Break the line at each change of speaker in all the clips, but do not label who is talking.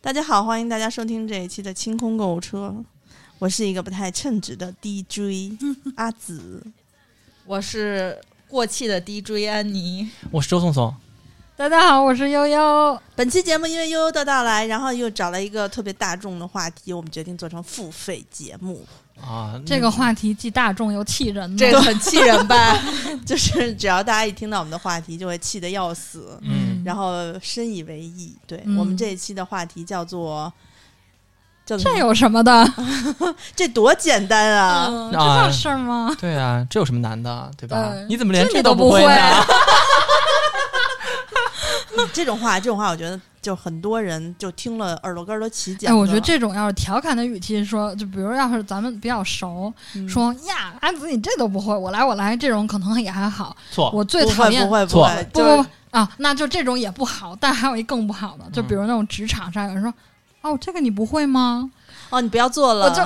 大家好，欢迎大家收听这一期的清空购物车。我是一个不太称职的 DJ 阿紫，
我是过气的 DJ 安妮，
我是周颂颂，
大家好，我是悠悠。
本期节目因为悠悠的到来，然后又找了一个特别大众的话题，我们决定做成付费节目，
啊，
这个话题既大众又气人呢，
这个很气人吧？
就是只要大家一听到我们的话题，就会气得要死，
嗯，
然后深以为意。对、
嗯
我们这一期的话题叫做叫做
这有什么的？
啊这多简单啊！
嗯这
啊
叫事儿吗？
对啊，这有什么难的，对吧？
对
你怎么连
这你
都
都不
会
会啊
呢？
这种话，这种话，我觉得就很多人就听了耳朵根儿都起茧
哎，
子了。
我觉得这种要是调侃的语气说，就比如要是咱们比较熟，
嗯
说呀，阿紫你这都不会，我来我来，这种可能也还好。
错，
我最讨厌
不会不
错
会
不
不会，
不不啊，那就这种也不好。但还有一更不好
嗯
的，就比如那种职场上有人说，哦，这个你不会吗？
哦，你不要做了，
我就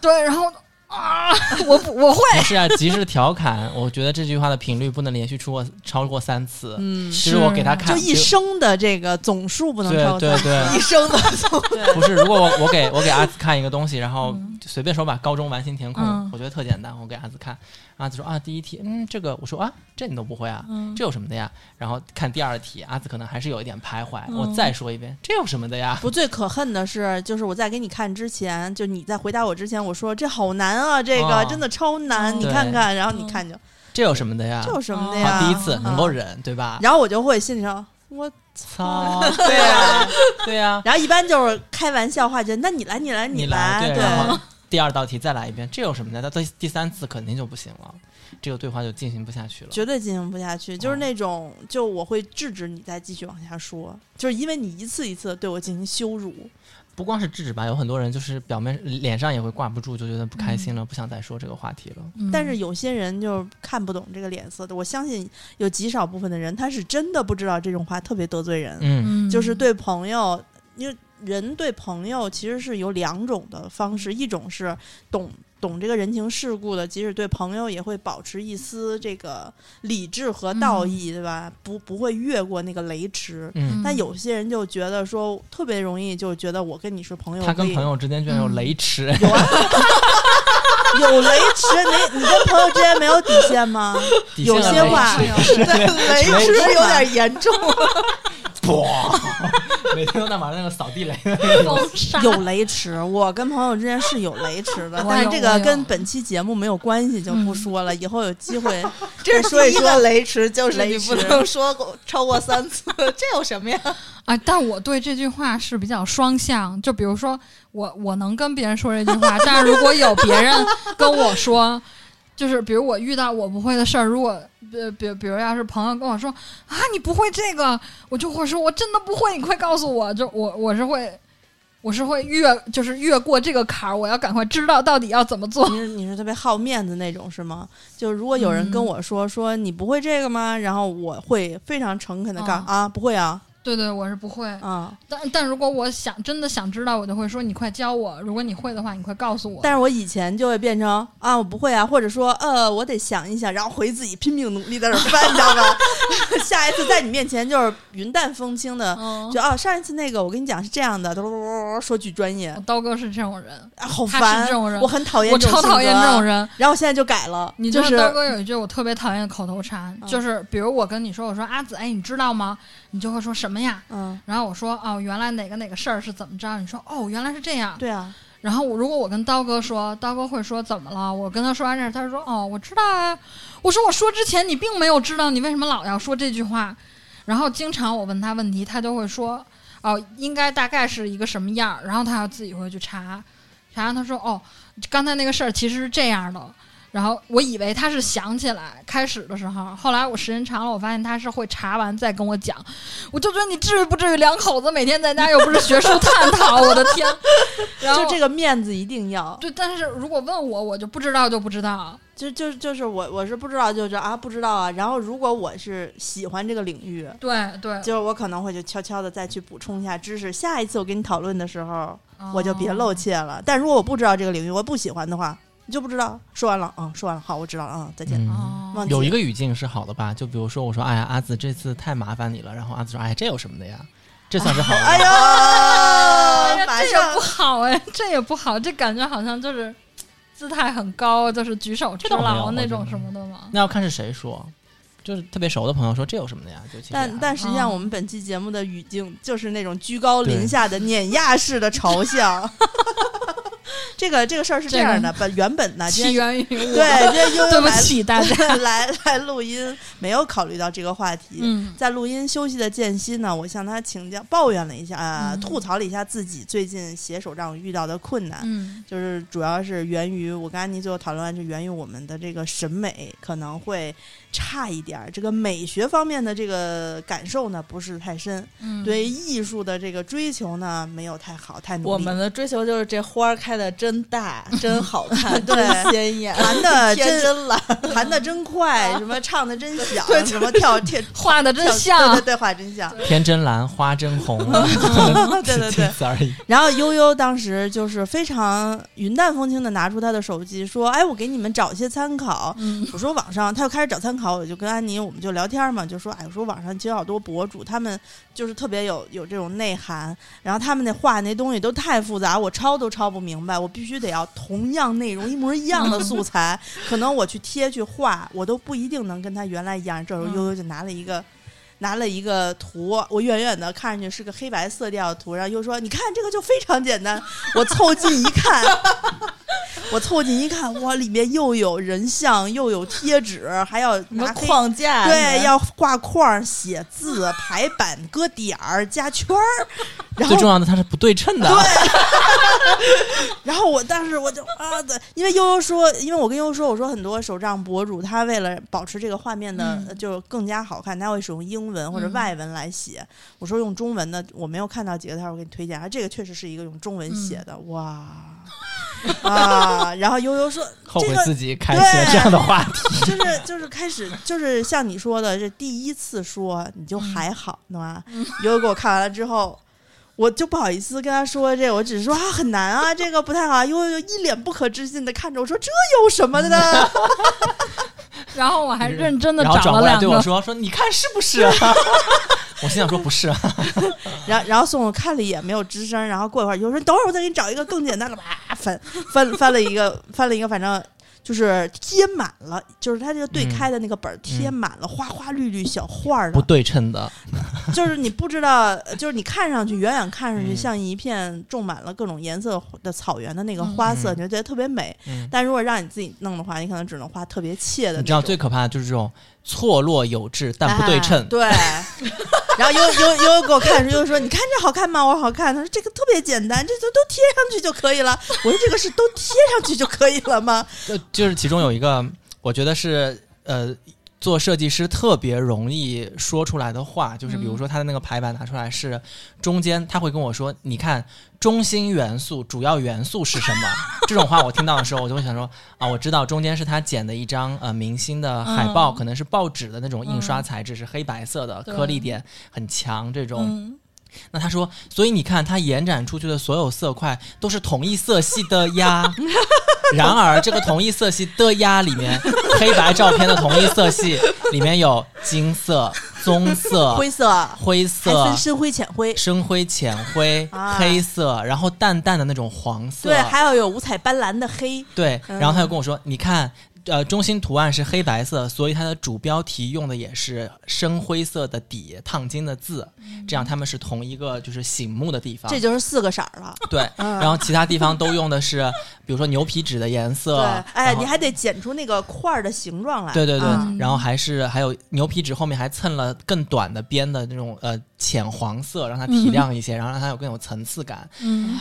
对，然后啊， 我不我会，
不是啊，及时调侃，我觉得这句话的频率不能连续出过超过三次。
嗯，
其实我给他
就
看，
一生的这个总数不能超
对
过
对对，
一生的总
不是，如果我我给我给阿紫看一个东西，然后
嗯
就随便说吧，高中完形填空，
嗯
我觉得特简单，我给阿紫看，阿紫说啊，第一题，嗯，这个我说啊，这你都不会啊，
嗯
这有什么的呀？然后看第二题，阿紫可能还是有一点徘徊，
嗯
我再说一遍，这有什么的呀？
不最可恨的是，就是我在给你看之前，就你在回答我之前，我说这好难啊，这个
啊
真的超难，
嗯
你看看，然后你看就
这有什么的呀？
这有什么的
好，
呀？
第一次
啊
能够忍，对吧？
然后我就会心里说，我
操，
对 啊，
对呀、
然后一般就是开玩笑话，就那你来，你来，
你
来，
对，
对
然后第二道题再来一遍，这有什么呢？到第第三次肯定就不行了，这个对话就进行不下去了。
绝对进行不下去，就是那种，就我会制止你再继续往下说，就是因为你一次一次地对我进行羞辱，
不光是制止吧，有很多人就是表面脸上也会挂不住，就觉得不开心
嗯
了，不想再说这个话题了。
嗯
但是有些人就看不懂这个脸色的。我相信有极少部分的人，他是真的不知道这种话特别得罪人，
嗯，
嗯
就是对朋友，因为人对朋友其实是有两种的方式，一种是懂。懂这个人情世故的，即使对朋友也会保持一丝这个理智和道义，对吧？不不会越过那个雷池。
嗯，
但有些人就觉得说，特别容易就觉得我跟你是朋友，
他
我
跟
可以
朋友之间居然有
嗯
雷池，
有雷池，你你跟朋友之间没有底线吗？
底线
有
的
些
雷
话
池，
雷
池
池有点严重，
哇， 每天都在玩那个扫地雷。
封杀
有雷池。我跟朋友之间是有雷池的，
我
但是
有
这
我
个
有
跟本期节目没有关系，就不
嗯
说了。以后有机会
这
再说一
第一个
说。
雷池，就是
雷
你不
池
能说过超过三次， 这有什么呀？
啊！但我对这句话是比较双向，就比如说我我能跟别人说这句话，但是如果有别人跟我说，就是比如我遇到我不会的事儿，如果呃，比比如要是朋友跟我说啊你不会这个，我就会说我真的不会，你快告诉我，就我我是会我是会越就是越过这个坎儿，我要赶快知道到底要怎么做。
你是你是特别好面子那种是吗？就如果有人跟
嗯
我说说你不会这个吗？然后我会非常诚恳的告诉
嗯
啊
啊不会啊
对对，我是不会。
啊！
但但如果我想真的想知道，我就会说你快教我，如果你会的话，你快告诉我。
但是我以前就会变成啊，我不会啊，或者说呃，我得想一想，然后回自己拼命努力在那儿翻，你知道吗？ 下一次在你面前就是云淡风轻的，
嗯，
就啊，上一次那个我跟你讲是这样的，说句专业
我，刀哥是这种人，
啊好
嗯他
烦
是这种，人
我很讨厌，
我超讨厌这种。人。
然后现在就改了，
你
就
知
是
道刀哥有一句我特别讨厌的口头禅，
嗯
就是比如我跟你说，我说阿紫，哎，你知道吗？你就会说什么呀？
嗯，
然后我说哦，原来哪个哪个事儿是怎么着？你说哦，原来是这样。
对啊，
然后我如果我跟刀哥说，刀哥会说怎么了？我跟他说完这事儿，他说哦，我知道啊。我说我说之前你并没有知道，你为什么老要说这句话？然后经常我问他问题，他就会说哦，应该大概是一个什么样儿，然后他要自己会去查，查完他说哦，刚才那个事儿其实是这样的。然后我以为他是想起来开始的时候，后来我时间长了，我发现他是会查完再跟我讲，我就觉得你至于不至于两口子每天在家又不是学术探讨，我的天！然后
就这个面子一定要，
对，但是如果问我，我就不知道就不知道。
就就就是我我是不知道，就是啊不知道啊。然后如果我是喜欢这个领域，
对对，
就是我可能会就悄悄的再去补充一下知识，下一次我跟你讨论的时候，我就别露
哦。
怯了。但如果我不知道这个领域，我不喜欢的话，你就不知道。说完了，嗯，说完了，好，我知道了，嗯，再见。
嗯，
哦
忘记
有一
个
个语境是好的吧？就比如说我说，哎呀，阿紫哎
啊
这次太麻烦你了，然后阿紫说，哎，这有什么的呀？这算是好的吧。
哎呦，上马
这也
上
不好哎，这也不好，这感觉好像就是姿态很高，就是举手之
这倒没有
劳
我
那
觉
种
得
什么的嘛。
那要看是谁说，就是特别熟的朋友说这有什么的呀？就其实
但
还
但实际上，
嗯
我们本期节目的语境就是那种居高临下的碾压式的嘲笑。这个这个事儿是这样的，本原本呢，今
起
天
源于 我，
对，这因
对
为
不
来
起大家。
来来录音没有考虑到这个话题，
嗯，
在录音休息的间隙呢，我向他请教抱怨了一下，啊，
嗯
吐槽了一下自己最近写手账遇到的困难。
嗯，
就是主要是源于我跟安妮最后讨论完，是源于我们的这个审美可能会差一点儿，这个美学方面的这个感受呢不是太深，
嗯，
对艺术的这个追求呢没有太好太努力。
我们的追求就是这花儿开的真大，真好 看，
对
真鲜艳，
弹的
天
真
真蓝。
弹的真快，什么唱的真 响，什么跳跳
画的真
跳
像
对对，对，画真像。
天真蓝，花真红，啊
对对
仅
对。
此而已。
然后悠悠当时就是非常云淡风轻的拿出他的手机说：“哎，我给你们找一些参考。”
嗯
我说网上，他又开始找参考，我就跟安妮我们就聊天嘛，就说：“哎，我说网上其实好多博主，他们就是特别有有这种内涵，然后他们那画那东西都太复杂，我抄都抄不明白，我必须得要同样内容一模一样的素材，可能我去贴去画，我都不一定能跟他原来一样。”这时候
嗯
悠悠就拿了一个。拿了一个图，我远远的看上去是个黑白色调的图，然后又说：“你看这个就非常简单。”我凑近一看，我凑近一看，哇，里面又有人像，又有贴纸，还要
什么
拿黑
框架？
对，要挂框儿、写字、排版、搁点儿、加圈儿，然
最重
后。
要的，它是不对称的。啊
然后我当时我就啊，对，因为悠悠说，因为我跟悠悠说，我说很多手账博主他为了保持这个画面的、
嗯
就更加好看，他会使用英文或者
嗯
外文来写。我说用中文的我没有看到几个，他说我给你推荐，啊，这个确实是一个用中文写的，哇啊！然后悠悠说，
后悔
这个
自己开启了这样的话题。
就是就是开始就是像你说的，这第一次说你就还好呢吧？悠悠给我看完了之后，我就不好意思跟他说这，我只是说啊很难啊，这个不太好啊。悠悠就一脸不可置信的看着我说：“这有什么的呢？”
然后我还认真的
然后转
了
过来
两
对我
个，
说：“说你看是不是、 啊？”我心想说：“不是、啊。
然后然后宋总看了一眼没有吱声，然后过一会儿有人等会儿我再给你找一个更简单的吧，翻翻翻了一个翻了一个，反正就是贴满了，就是他这个对开的那个本儿贴满了花花绿绿小画儿”
不
的，
对称的，
就是你不知道，就是你看上去远远看上去
嗯
像一片种满了各种颜色的草原的那个花色，
嗯
你就觉得特别美。
嗯，
但如果让你自己弄的话，你可能只能画特别切的那种。
你知道最可怕的就是这种错落有致但不对
哎
称。
对。然后悠悠悠悠给我看的时候，悠悠说：“你看这好看吗？”我说：“好看。”他说：“这个特别简单，这都都贴上去就可以了。”我说：“这个是都贴上去就可以了吗
就呃就是其中有一个，我觉得是呃，做设计师特别容易说出来的话，就是比如说他的那个排版拿出来是中间，他会跟我说：“你看中心元素、主要元素是 什么？”这种话我听到的时候，我就会想说：“啊，我知道中间是他剪的一张呃明星的海报，
嗯
可能是报纸的那种印刷材质，是黑白色的，
对
颗粒点很强这种。
嗯，
那他说，所以你看，它延展出去的所有色块都是同一色系的 呀。然而，这个同一色系的呀里面，黑白照片的同一色系里面有金 色、棕？”色、
灰色还
啊灰色
分、深灰、浅灰，
深灰、浅灰、
啊
黑色，然后淡淡的那种黄色。
对，还要有五彩斑斓的黑。
对，
嗯
然后他就跟我说：“你看，呃，中心图案是黑白色，所以它的主标题用的也是深灰色的底，烫金的字，这样它们是同一个就是醒目的地方。”
嗯这就是四个色儿了。
对，
嗯
然后其他地方都用的是，比如说牛皮纸的颜
对
色，，
哎，
然后
你还得剪出那个块儿的形状来。
对对
啊
对，
嗯
然后还是还有牛皮纸后面还蹭了更短的边的那种呃浅黄色，让它提亮一些，然后让它有更有层次感。
嗯，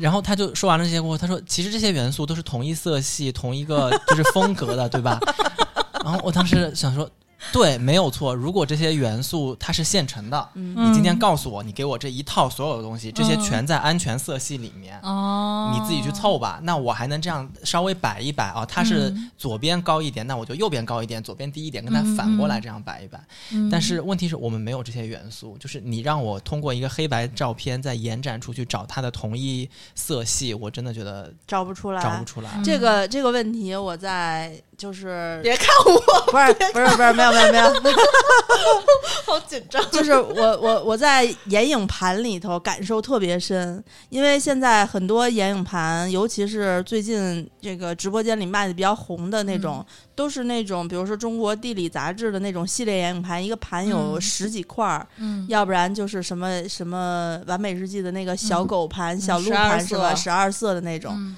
然后他就说完了这些过后，他说其实这些元素都是同一色系、同一个就是风格的，对吧？ 然后我当时想说，对，没有错，如果这些元素它是现成的。
嗯
嗯
你今天告诉我，你给我这一套所有的东西，这些
嗯
全在安全色系里面。
哦，
你自己去凑吧。那我还能这样稍微摆一摆啊，它是
嗯
左边高一点，那我就右边高一点，左边低一点，跟它反过来这样摆一摆。
嗯，
但是问题是我们没有这些元素，就是你让我通过一个黑白照片再延展出去找它的同一色系，我真的觉得
找不出来。
找不出来。
这个这个问题，我在就是
别看我，
不是不是不是没有没有没有，
好紧张。
就是我我我在眼影盘里头感受特别深，因为现在很多眼影盘，尤其是最近这个直播间里卖的比较红的那种，都是那种比如说中国地理杂志的那种系列眼影盘，一个盘有
嗯
十几块儿，
嗯，
要不然就是什么什么完美日记的那个小狗盘、小鹿
12
盘
色
什么十二色的那种。
嗯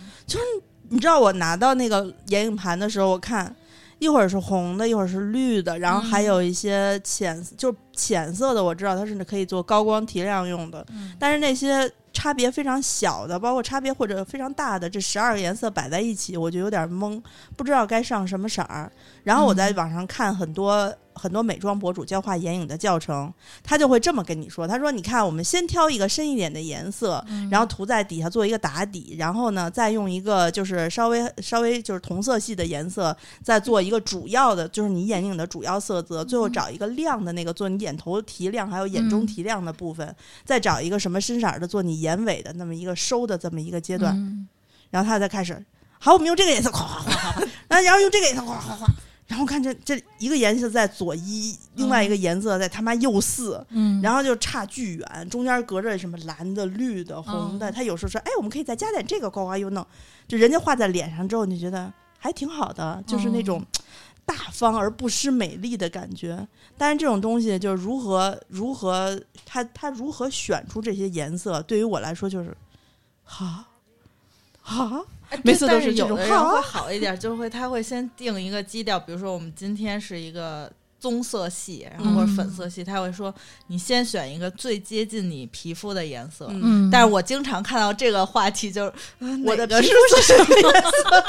你知道我拿到那个眼影盘的时候，我看一会儿是红的，一会儿是绿的，然后还有一些浅，就是浅色的，我知道它是可以做高光提亮用的，
嗯
但是那些差别非常小的，包括差别或者非常大的，这十二个颜色摆在一起，我就有点懵，不知道该上什么色儿。然后我在网上看很多、很多美妆博主教画眼影的教程，他就会这么跟你说，他说：“你看，我们先挑一个深一点的颜色，
嗯
然后涂在底下做一个打底，然后呢，再用一个就是稍微稍微就是同色系的颜色，再做一个主要的，就是你眼影的主要色泽，最后找一个亮的那个做你眼头提亮，还有眼中
嗯
提亮的部分，再找一个什么深色儿的做你眼尾的那么一个收的这么一个阶段，
嗯
然后他再开始，好，我们用这个颜色，哗哗哗哗哗，然后然后用这个颜色，哗哗哗，然后看这这一个颜色在左一，另外一个颜色在他妈右四，
嗯，
然后就差巨远，中间隔着什么蓝的、绿的、红的。他有时候说：“哎，我们可以再加点这个，呱呱又弄。”就人家画在脸上之后，你就觉得还挺好的，就是那种大方而不失美丽的感觉。但是这种东西就是如何如何，他他如何选出这些颜色，对于我来说就是，哈哈， 每次都
但
是
是
这
有
种
的人会
啊
好一点，就会他会先定一个基调，比如说我们今天是一个棕色系，然后或者粉
嗯
色系，他会说你先选一个最接近你皮肤的颜色。
嗯
嗯，
但是我经常看到这个话题，就是、啊
我的
哪个
皮
是
肤是什么颜色？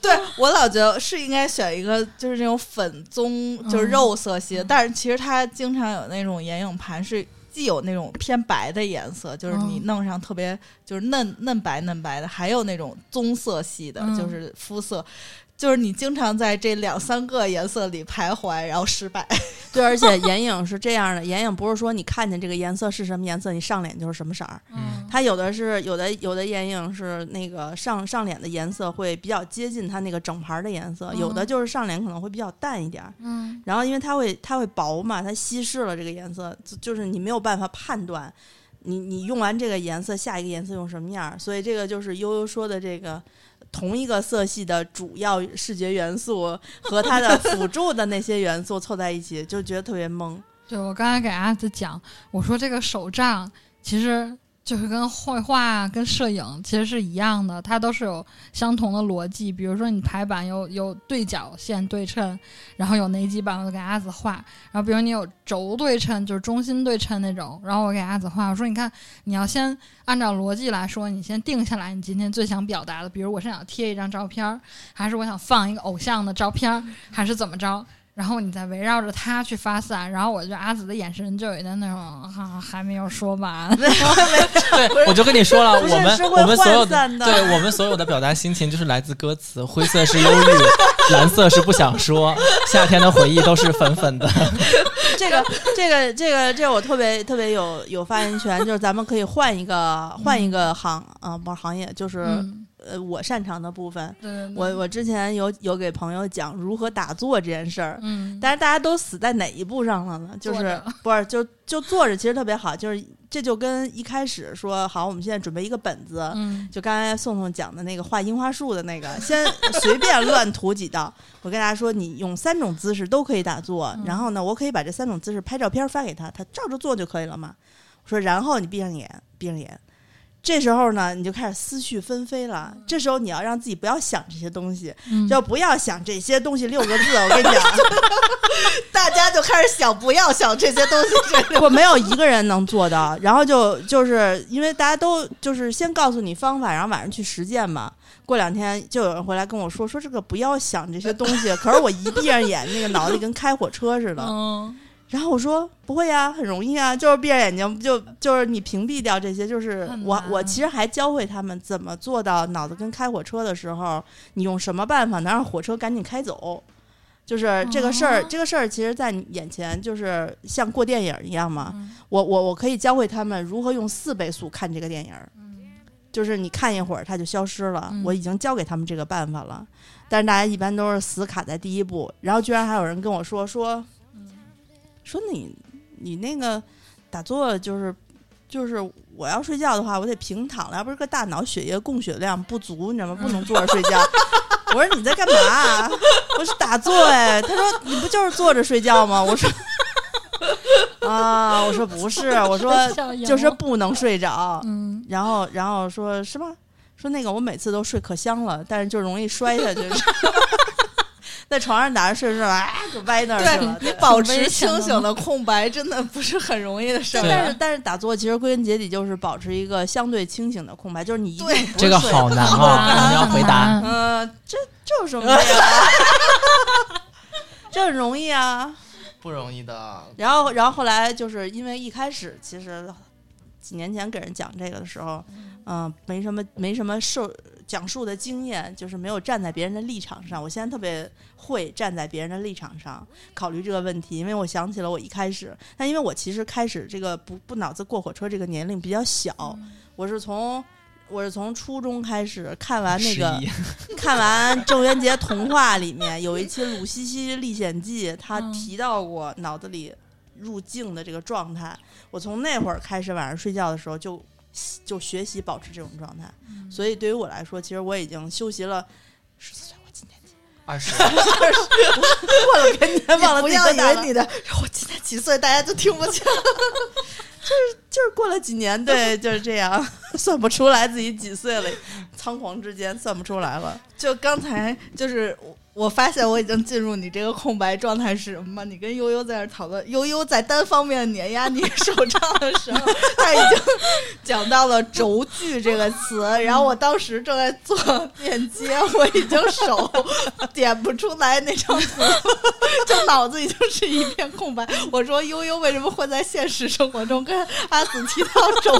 对我老觉得是应该选一个就是那种粉棕，就是肉色系的。但是其实它经常有那种眼影盘是。既有那种偏白的颜色，就是你
嗯
弄上特别就是嫩嫩白嫩白的，还有那种棕色系的，
嗯
就是肤色，就是你经常在这两三个颜色里徘徊，然后失败。
对，而 且眼影是这样的，眼影不是说你看见这个颜色是什么颜色，你上脸就是什么色儿。
嗯
它有的是有的有的眼影是那个上上脸的颜色会比较接近它那个整盘儿的颜色，
嗯
有的就是上脸可能会比较淡一点儿。
嗯
然后因为它会它会薄嘛，它稀释了这个颜色，就就是你没有办法判断你你用完这个颜色下一个颜色用什么样儿，所以这个就是悠悠说的这个。同一个色系的主要视觉元素和它的辅助的那些元素凑在一起，就觉得特别懵。
对我刚才给阿紫讲，我说这个手账其实就是跟绘画、啊跟摄影其实是一样的，它都是有相同的逻辑。比如说你排版有有对角线对称，然后有哪几版，我就给阿紫画。然后比如你有轴对称，就是中心对称那种，然后我给阿紫画。我说你看，你要先按照逻辑来说，你先定下来你今天最想表达的，比如我是想贴一张照片儿，还是我想放一个偶像的照片儿，还是怎么着？然后你再围绕着他去发散，然后我就阿紫的眼神就有一点那种啊，还没有说完，
对，我就跟你说 了，
不是
我们
是会
我们所有
涣散的
对我们所有的表达心情就是来自歌词，灰色是忧郁，蓝色是不想说，夏天的回忆都是粉粉的。
这个这个这个这个我特别特别有有发言权，就是咱们可以换一个换一个行啊、不是行业，就是、
嗯，
呃我擅长的部分。
对嗯对对，
我我之前有有给朋友讲如何打坐这件事儿，
嗯，
但是大家都死在哪一步上了呢？就
坐
是
着
不是就就坐着其实特别好，就是这就跟一开始说好，我们现在准备一个本子，
嗯
就刚才宋宋讲的那个画樱花树的那个，先随便乱涂几道。我跟大家说，你用三种姿势都可以打坐，然后呢，我可以把这三种姿势拍照片发给他，他照着做就可以了嘛。我说，然后你闭上眼，闭上眼。这时候呢，你就开始思绪纷飞了。这时候你要让自己不要想这些东西，
嗯
就不要想这些东西六个字。我跟你讲，
大家就开始想不要想这些东 西，这
我没有一个人能做到。然后就就是因为大家都就是先告诉你方法，然后晚上去实践嘛。过两天就有人回来跟我说，说这个不要想这些东 西。可是我一闭上眼，那个脑子里跟开火车似的。
嗯
然后我说不会呀、很容易啊，就是闭上眼睛，就就是你屏蔽掉这些。就是
很
我
难
我其实还教会他们怎么做到脑子跟开火车的时候，你用什么办法能让火车赶紧开走。就是这个事儿，
哦
这个事儿其实在你眼前，就是像过电影一样嘛。
嗯
我我我可以教会他们如何用四倍速看这个电影儿，就是你看一会儿它就消失了。
嗯
我已经教给他们这个办法了，但是大家一般都是死卡在第一步。然后居然还有人跟我说说说你你那个打坐就是就是我要睡觉的话，我得平躺了，要不是个大脑血液供血量不足，你知道吗？不能坐着睡觉。我说你在干嘛、啊我说打坐哎。他说你不就是坐着睡觉吗？我说啊，我说不是，我说就是不能睡着。
嗯，
然后然后说是吧？说那个我每次都睡可香了，但是就容易摔下去。 在床上打着睡着睡着，啊，就歪那儿去了。
你保
挺危
持
险的
清醒的空白真的不是很容易的事
但
对
儿。
但是但是打坐其实归根结底就是保持一个相对清醒的空白，就是你一定
对
不是
这个
睡
好难啊！你要回答，
很难
嗯、这这有什么呀？啊 这很容易啊。
不容易的。
然后，然后后来就是因为一开始其实几年前给人讲这个的时候，嗯、没什么没什么受讲述的经验，就是没有站在别人的立场上。我现在特别会站在别人的立场上考虑这个问题，因为我想起了我一开始，但因为我其实开始这个不不脑子过火车这个年龄比较小，我是从。我是从初中开始看完啊那个
十一，
看完《郑渊洁童话》里面有一期《鲁西西历险记》，他
嗯
提到过脑子里入境的这个状态。我从那会儿开始，晚上睡觉的时候就就学习保持这种状态。
嗯
所以对于我来说，其实我已经休息 了十四岁，我今年
二 十，
过了元年， 忘了
你不
自己
要
多
以
大
为
了
你的我今年几岁，大家就听不清。
就是过了几年， 对，就是这样，算不出来自己几岁了，仓皇之间算不出来了。
就刚才就是我我发现我已经进入你这个空白状态是什么？你跟悠悠在这儿讨论，悠悠在单方面碾压你手账的时候，他已经讲到了“轴距”这个词，然后我当时正在做链接，我已经手点不出来那张图，就脑子已经是一片空白。我说悠悠为什么会在现实生活中跟阿紫提到“轴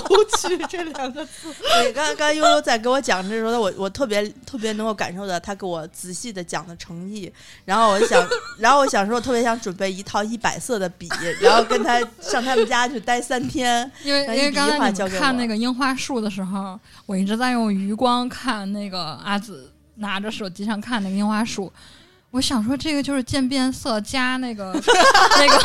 距”这两个字？
对，刚刚悠悠在给我讲这时候，我我特别特别能够感受到他给我仔细的讲的诚意。然后我想，然后我想说，我特别想准备一套一百色的笔，然后跟他上他们家去待三天。
因为
把
因
一
为
笔
刚
画
才你
交
们
给
看
我
那个樱花树的时候，我一直在用余光看那个阿紫拿着手机上看那个樱花树，我想说这个就是渐变色加那 个那个，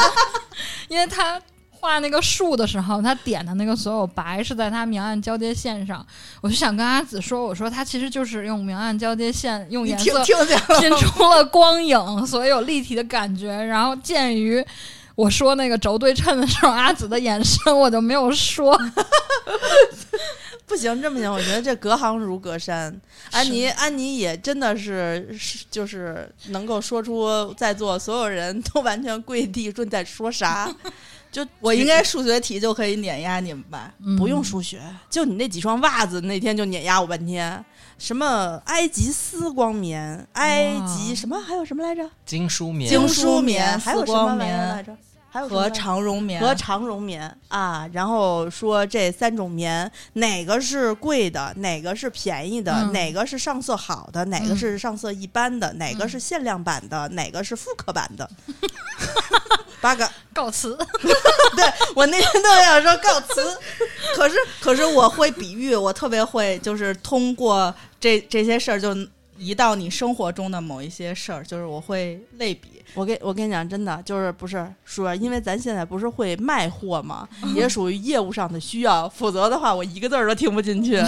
因为他画那个树的时候，他点的那个所有白是在他明暗交接线上，我就想跟阿紫说，我说他其实就是用明暗交接线用
你
颜
听
色
听 见了吗？
拼出了光影，所以有立体的感觉。然后鉴于我说那个轴对称的时候，阿紫的眼神我就没有 说。
不行，这不行，我觉得这隔行如隔山。安妮，安妮也真的是是就是能够说出在座所有人都完全跪地说你在说啥，就
我应该数学题就可以碾压你们吧？
不用数学，就你那几双袜子，那天就碾压我半天。什么埃及丝光棉，埃及什么还有什么来着？
经书棉，
经
书
棉
还有什
丝
么
光
玩意儿
棉
来着？还有什么
和
来着
长绒棉
和长绒棉啊，然后说这三种棉哪个是贵的，哪个是便宜的，
嗯
哪个是上色好的，哪个
嗯
是上色一般的，哪个是限量版的，哪个是复刻版的。 八个，
告辞。
对我那天都想说告辞，可是可是我会比喻，我特别会，就是通过这这些事儿，就移到你生活中的某一些事儿，就是我会类比。
我跟我跟你讲，真的就是不是说，因为咱现在不是会卖货嘛，也属于业务上的需要，否则的话我一个字儿都听不进去。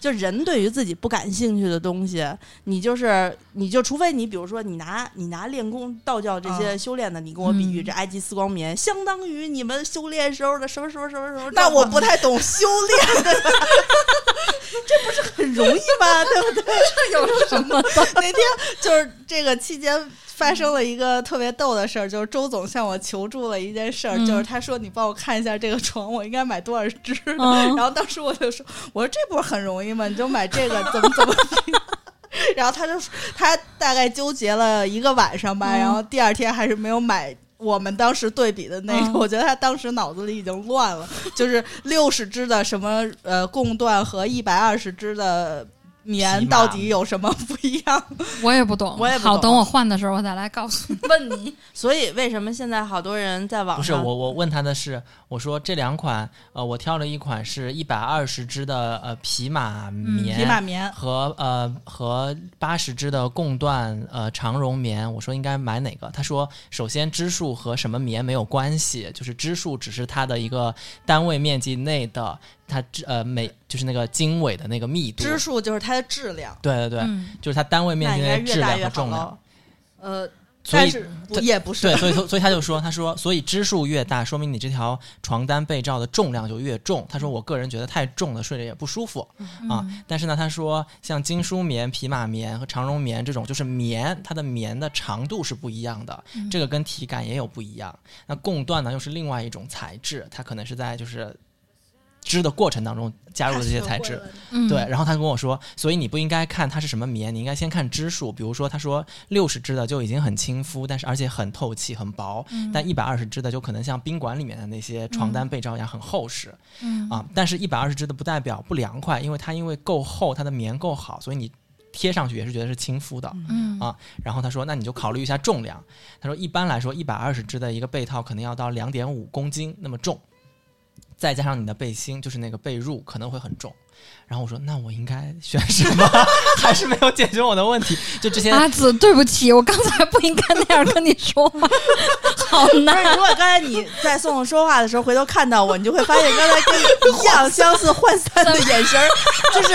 就人对于自己不感兴趣的东西，你就是你就除非你比如说你拿你拿练功道教这些
嗯
修炼的，你跟我比喻
嗯
这埃及丝光棉，相当于你们修炼时候的什么什么什么什么，
那我不太懂修炼，
很容易吗？对不对？
有什么？
那天就是这个期间。发生了一个特别逗的事儿，就是周总向我求助了一件事儿，
嗯
就是他说你帮我看一下这个床，我应该买多少只。
嗯
然后当时我就说，我说这不是很容易吗？你就买这个，怎么怎么地。 然后他就说他大概纠结了一个晚上吧，
嗯
然后第二天还是没有买。我们当时对比的那个，
嗯
我觉得他当时脑子里已经乱了，就是六十只的什么呃贡缎和一百二十只的棉到底有什么不一样？
我也不懂，
我也不
好，
懂
等我换的时候我再来告诉你。问你，
所以为什么现在好多人在网
不是
上
我，我问他的是，我说这两款，呃，我挑了一款是一百二十支的呃匹马
嗯
棉，
匹马棉，
和呃和八十支的贡缎呃长绒棉，我说应该买哪个？他说，首先支数和什么棉没有关系，就是支数只是它的一个单位面积内的它支呃每就是那个经纬的那个密度，
支数就是它的质量。
对对对，
嗯，
就是它单位面
那
积
应该
内的
越
质
大
量
越
和
好
重量。
喽？
呃，
所
但
以
是不
它
也不是
对，所以所以他就说，他说，所以支数越大，说明你这条床单被罩的重量就越重。他说，我个人觉得太重了，睡着也不舒服啊。但是呢，他说，像精梳棉、匹马棉和长绒棉这种，就是棉，它的棉的长度是不一样的，这个跟体感也有不一样。那贡缎呢，又是另外一种材质，它可能是在就是织的过程当中加入了这些材质。
嗯
对，，然后他跟我说，所以你不应该看它是什么棉，你应该先看支数。比如说，他说六十支的就已经很亲肤，但是而且很透气、很薄；
嗯
但一百二十支的就可能像宾馆里面的那些床单被罩一样很厚实、
嗯
啊。但是，一百二十支的不代表不凉快，因为它因为够厚，它的棉够好，所以你贴上去也是觉得是亲肤的。
嗯
啊然后他说，那你就考虑一下重量。他说，一般来说，一百二十支的一个被套可能要到两点五公斤那么重，再加上你的背心，就是那个被褥可能会很重。然后我说，那我应该选什么？ 还是没有解决我的问题。就这些，
嗯阿紫，对不起，我刚才不应该那样跟你说 话，好
不是，
难
如。果刚才你在宋宋说话的时候回头看到我，你就会发现刚才跟你一样相似涣散的眼神儿，就是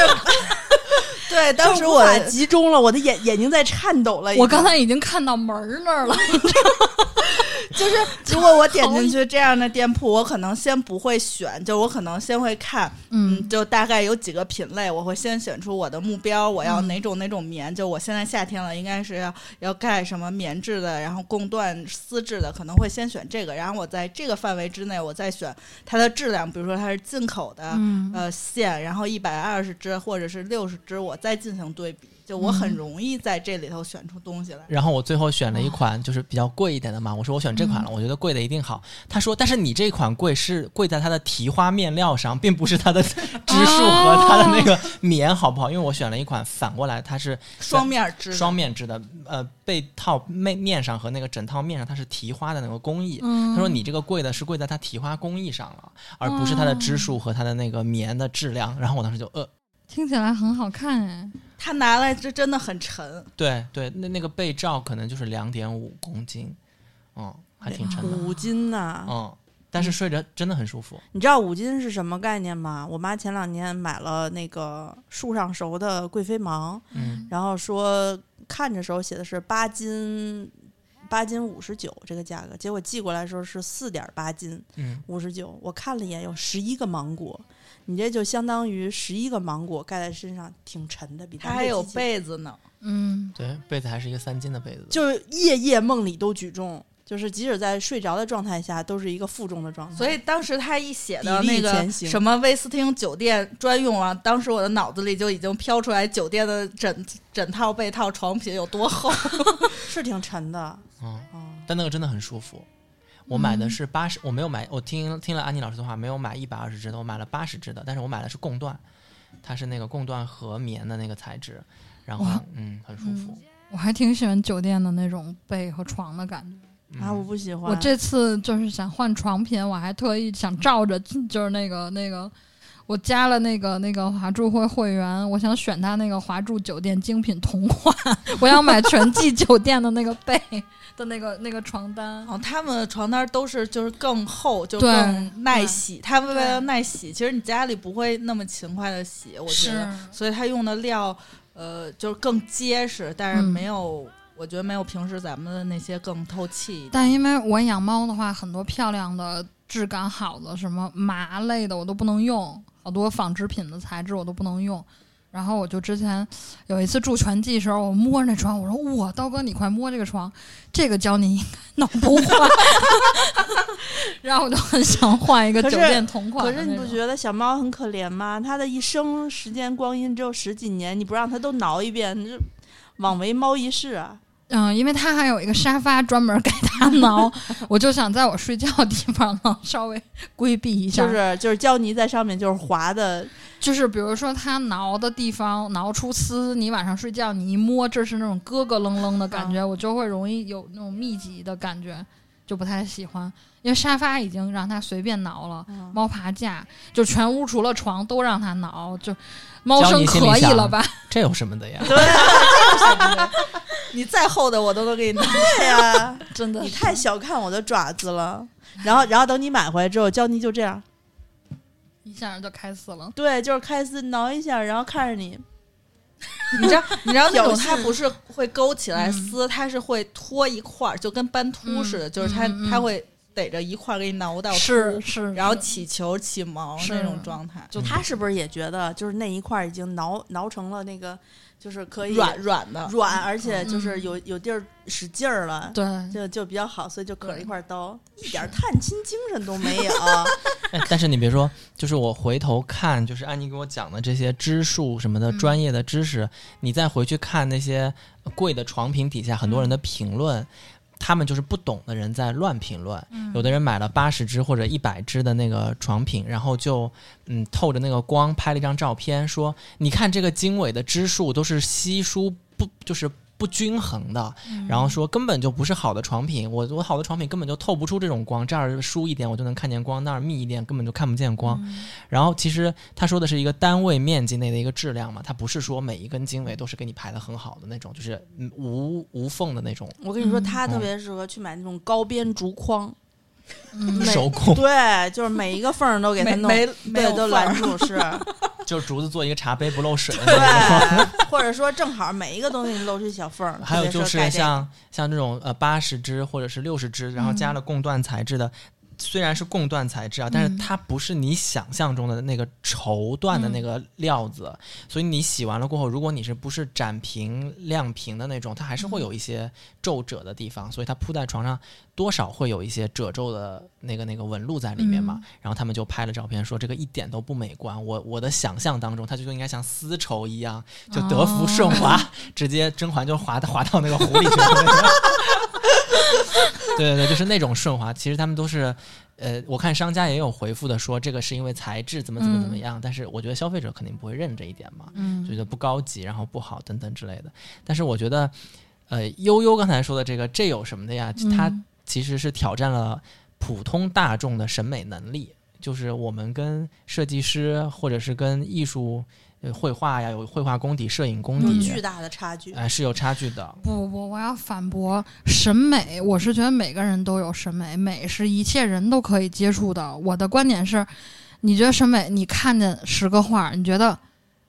对，当
当
时
时
我
我集中了，我的眼眼睛在颤抖了已经。
我刚才已经看到门儿那儿了，
就是 如果我点进去这样的店铺，我可能先不会选，就我可能先会看，
嗯
嗯，就大概有几个品类，我会先选出我的目标，我要哪种哪种棉，就我现在夏天了，应该是要要盖什么棉质的，然后贡缎丝质的，可能会先选这个，然后我在这个范围之内，我再选它的质量，比如说它是进口的，
嗯
呃线，然后一百二十支或者是六十支，我再进行对比，就我
嗯
很容易在这里头选出东西来。
然后我最后选了一款就是比较贵一点的嘛。我说我选这款了，我觉得贵的一定好。他说，但是你这款贵是贵在它的提花面料上，并不是它的 支数和它的那个棉好不好？因为我选了一款反过来，它是
双面织，
双面织的，呃，被套面面上和那个整套面上，它是提花的那个工艺。
嗯
他说你这个贵的是贵在它提花工艺上了，而不是它的支数和它的那个棉的质量。然后我当时就呃，
听起来很好看哎，
它拿来这真的很沉，
对对，那那个被罩可能就是两点五公斤，嗯，还挺沉的，
五斤呐、
嗯，但是睡着真的很舒服。
你知道五斤是什么概念吗？我妈前两年买了那个树上熟的贵妃芒，
嗯
然后说看着时候写的是八斤，八斤五十九这个价格，结果寄过来的时候是四点八斤
嗯，
五十九。我看了一眼，有十一个芒果，你这就相当于十一个芒果盖在身上，挺沉的，比咱
它
这
还有
机器
被子呢。
嗯
对，被子还是一个三斤的被子，
就是夜夜梦里都举重，就是即使在睡着的状态下，都是一个负重的状态。
嗯
所以当时他一写到
砥
那
砺
个
前行
什么威斯汀酒店专用啊，当时我的脑子里就已经飘出来酒店的枕枕套、被套、床品有多 厚。
是挺沉的。
嗯，
嗯，
但那个真的很舒服。我买的是八十、我没有买，我听听了安妮老师的话，没有买一百二十支的，我买了八十支的，但是我买的是贡缎，它是那个贡缎和棉的那个材质，然后
哇
嗯，很舒服。
我还挺喜欢酒店的那种被和床的感觉。
嗯
啊，我不喜欢。
我这次就是想换床品，我还特意想照着，嗯就是那个那个，我加了那个那个华住会会员，我想选他那个华住酒店精品同款， 我要买全 季酒店的那个被的那个那个床单。
哦，他们的床单都是就是更厚，就
对
更耐洗。他们为了
对
耐洗，其实你家里不会那么勤快的洗，我觉得，所以他用的料呃就是更结实，但是
嗯
没有。我觉得没有平时咱们的那些更透气一点。
但因为我养猫的话，很多漂亮的、质感好的，什么麻类的我都不能用，好多纺织品的材质我都不能用。然后我就之前有一次住全季的时候，我摸着那床，我说：“哇，刀哥，你快摸这个床，这个胶你应该弄不坏。”然后我就很想换一个
可
酒
是
店同款
可
的
是
那种。
你不觉得小猫很可怜吗？它的一生时间光阴只有十几年，你不让它都挠一遍，你这枉为猫一世啊！
嗯，因为他还有一个沙发专门给他挠，我就想在我睡觉的地方呢稍微规避一下，
就是就是胶泥在上面就是滑的，
就是比如说他挠的地方挠出丝，你晚上睡觉你一摸，这是那种咯咯楞楞的感觉，我就会容易有那种密集的感觉，就不太喜欢。因为沙发已经让他随便挠了，猫爬架就全屋除了床都让他挠，就猫
教
生
你心里
可以
想
了吧？
这有什么的呀？
你再厚的我都能给你拿。
对呀、
真的
你
是
太小看我的爪子了。然后，然后等你买回来之后，胶泥就这 样，
一下就开死了。
对，就是开撕挠一下，然后看着你，
你知道，你知道那
有
种
些
它不是会勾起来
嗯
撕，它是会脱一块儿，就跟斑秃似的，
嗯
就是它
嗯嗯
它会逮着一块儿给你挠到秃，
是
嗯
是，
然后
是
起球起毛
是
那种状态，
就他是不是也觉得，就是那一块已经挠挠成了那个，就是可以
软软的。
软，嗯而且就是有有地儿使劲儿了。
对，
就就比较好，所以就可着一
对
块刀，一点探亲精神都没有。
哎 但是你别说，就是我回头看，就是安妮给我讲的这些支数什么的
嗯
专业的知识，你再回去看那些贵的床品底下很多人的评论，他们就是不懂的人在乱评论。有的人买了八十只或者一百只的那个床品，然后就嗯透着那个光拍了一张照片，说你看这个经纬的支数都是稀疏不就是不均衡的，
嗯
然后说根本就不是好的床品，我我好的床品根本就透不出这种光，这儿疏一点我就能看见光，那儿密一点根本就看不见光。
嗯
然后其实他说的是一个单位面积内的一个质量嘛，他不是说每一根经纬都是给你排的很好的那种，就是嗯无无缝的那种
我跟你说，
嗯
他特别适合去买那种高边竹筐，
嗯
每
手工，
对，就是每一个缝儿都给他
没
弄，
没没
对，
有
都
缝儿
拦住是。
就是竹子做一个茶杯不漏水的那种。
对， 或者说正好每一个东西露出一小缝儿。
还有
特别
就
适合盖
是
这个
像像这种呃八十支或者是六十支，然后加了贡缎材质的，虽然是贡缎材质啊，但是它不是你想象中的那个绸缎的那个料子，所以你洗完了过后，如果你是不是展平亮平的那种，它还是会有一些皱褶的地方，所以它铺在床上多少会有一些褶皱的那个那个纹路在里面嘛。然后他们就拍了照片说这个一点都不美观，我我的想象当中它就应该像丝绸一样，就德芙顺滑，直接甄嬛就滑到滑到那个湖里去了。对对 对，就是那种顺滑。其实他们都是，呃，我看商家也有回复的说，这个是因为材质怎么怎么怎么样，但是我觉得消费者肯定不会认这一点嘛，
嗯
觉得不高级，然后不好等等之类的。但是我觉得，呃，悠悠刚才说的这个，这有什么的呀？它
嗯
其实是挑战了普通大众的审美能力，就是我们跟设计师或者是跟艺术。呃绘画呀，有绘画功底、摄影功
有
底，
巨大的差距。
哎，是有差距的。
不不不，我要反驳审美。我是觉得每个人都有审美，美是一切人都可以接触的。我的观点是，你觉得审美，你看见十个画儿，你觉得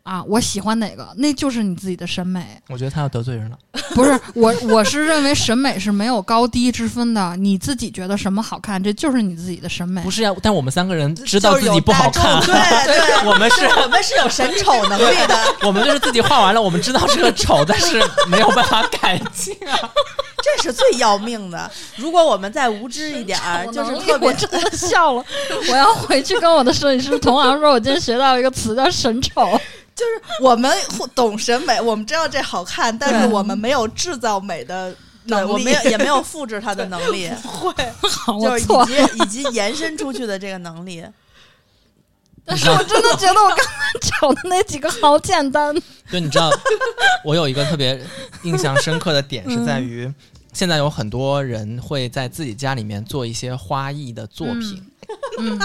啊，我喜欢哪个，那就是你自己的审美。
我觉得他要得罪人了。
不是我，我是认为审美是没有高低之分的。你自己觉得什么好看，这就是你自己的审
哎
美
不。是呀、但我们三个人知道自己不好看，
就是有大众 对
我们是，
对，我们是有审丑能力的，
我们就是自己画完了，我们知道这个丑，但是没有办法改进啊。
这是最要命的。如果我们再无知一点儿，
我
就是
能力
特
我
别
真的笑了。我要回去跟我的摄影师同行说，我今天学到一个词叫“神丑
就是 我们懂审美，我们知道这好看，但是
对
我们没有制造美的
对，
能力，
我没有 也没有复制他的能 力，
会。”，
好，
就
我
是
错
以
了。
及以及延伸出去的这个能力。
但是 我真的觉得我刚才 找的那几个好简单。
对，你知道，我有一个特别印象深刻的点是
嗯
在于，现在有很多人会在自己家里面做一些花艺的作品。
嗯，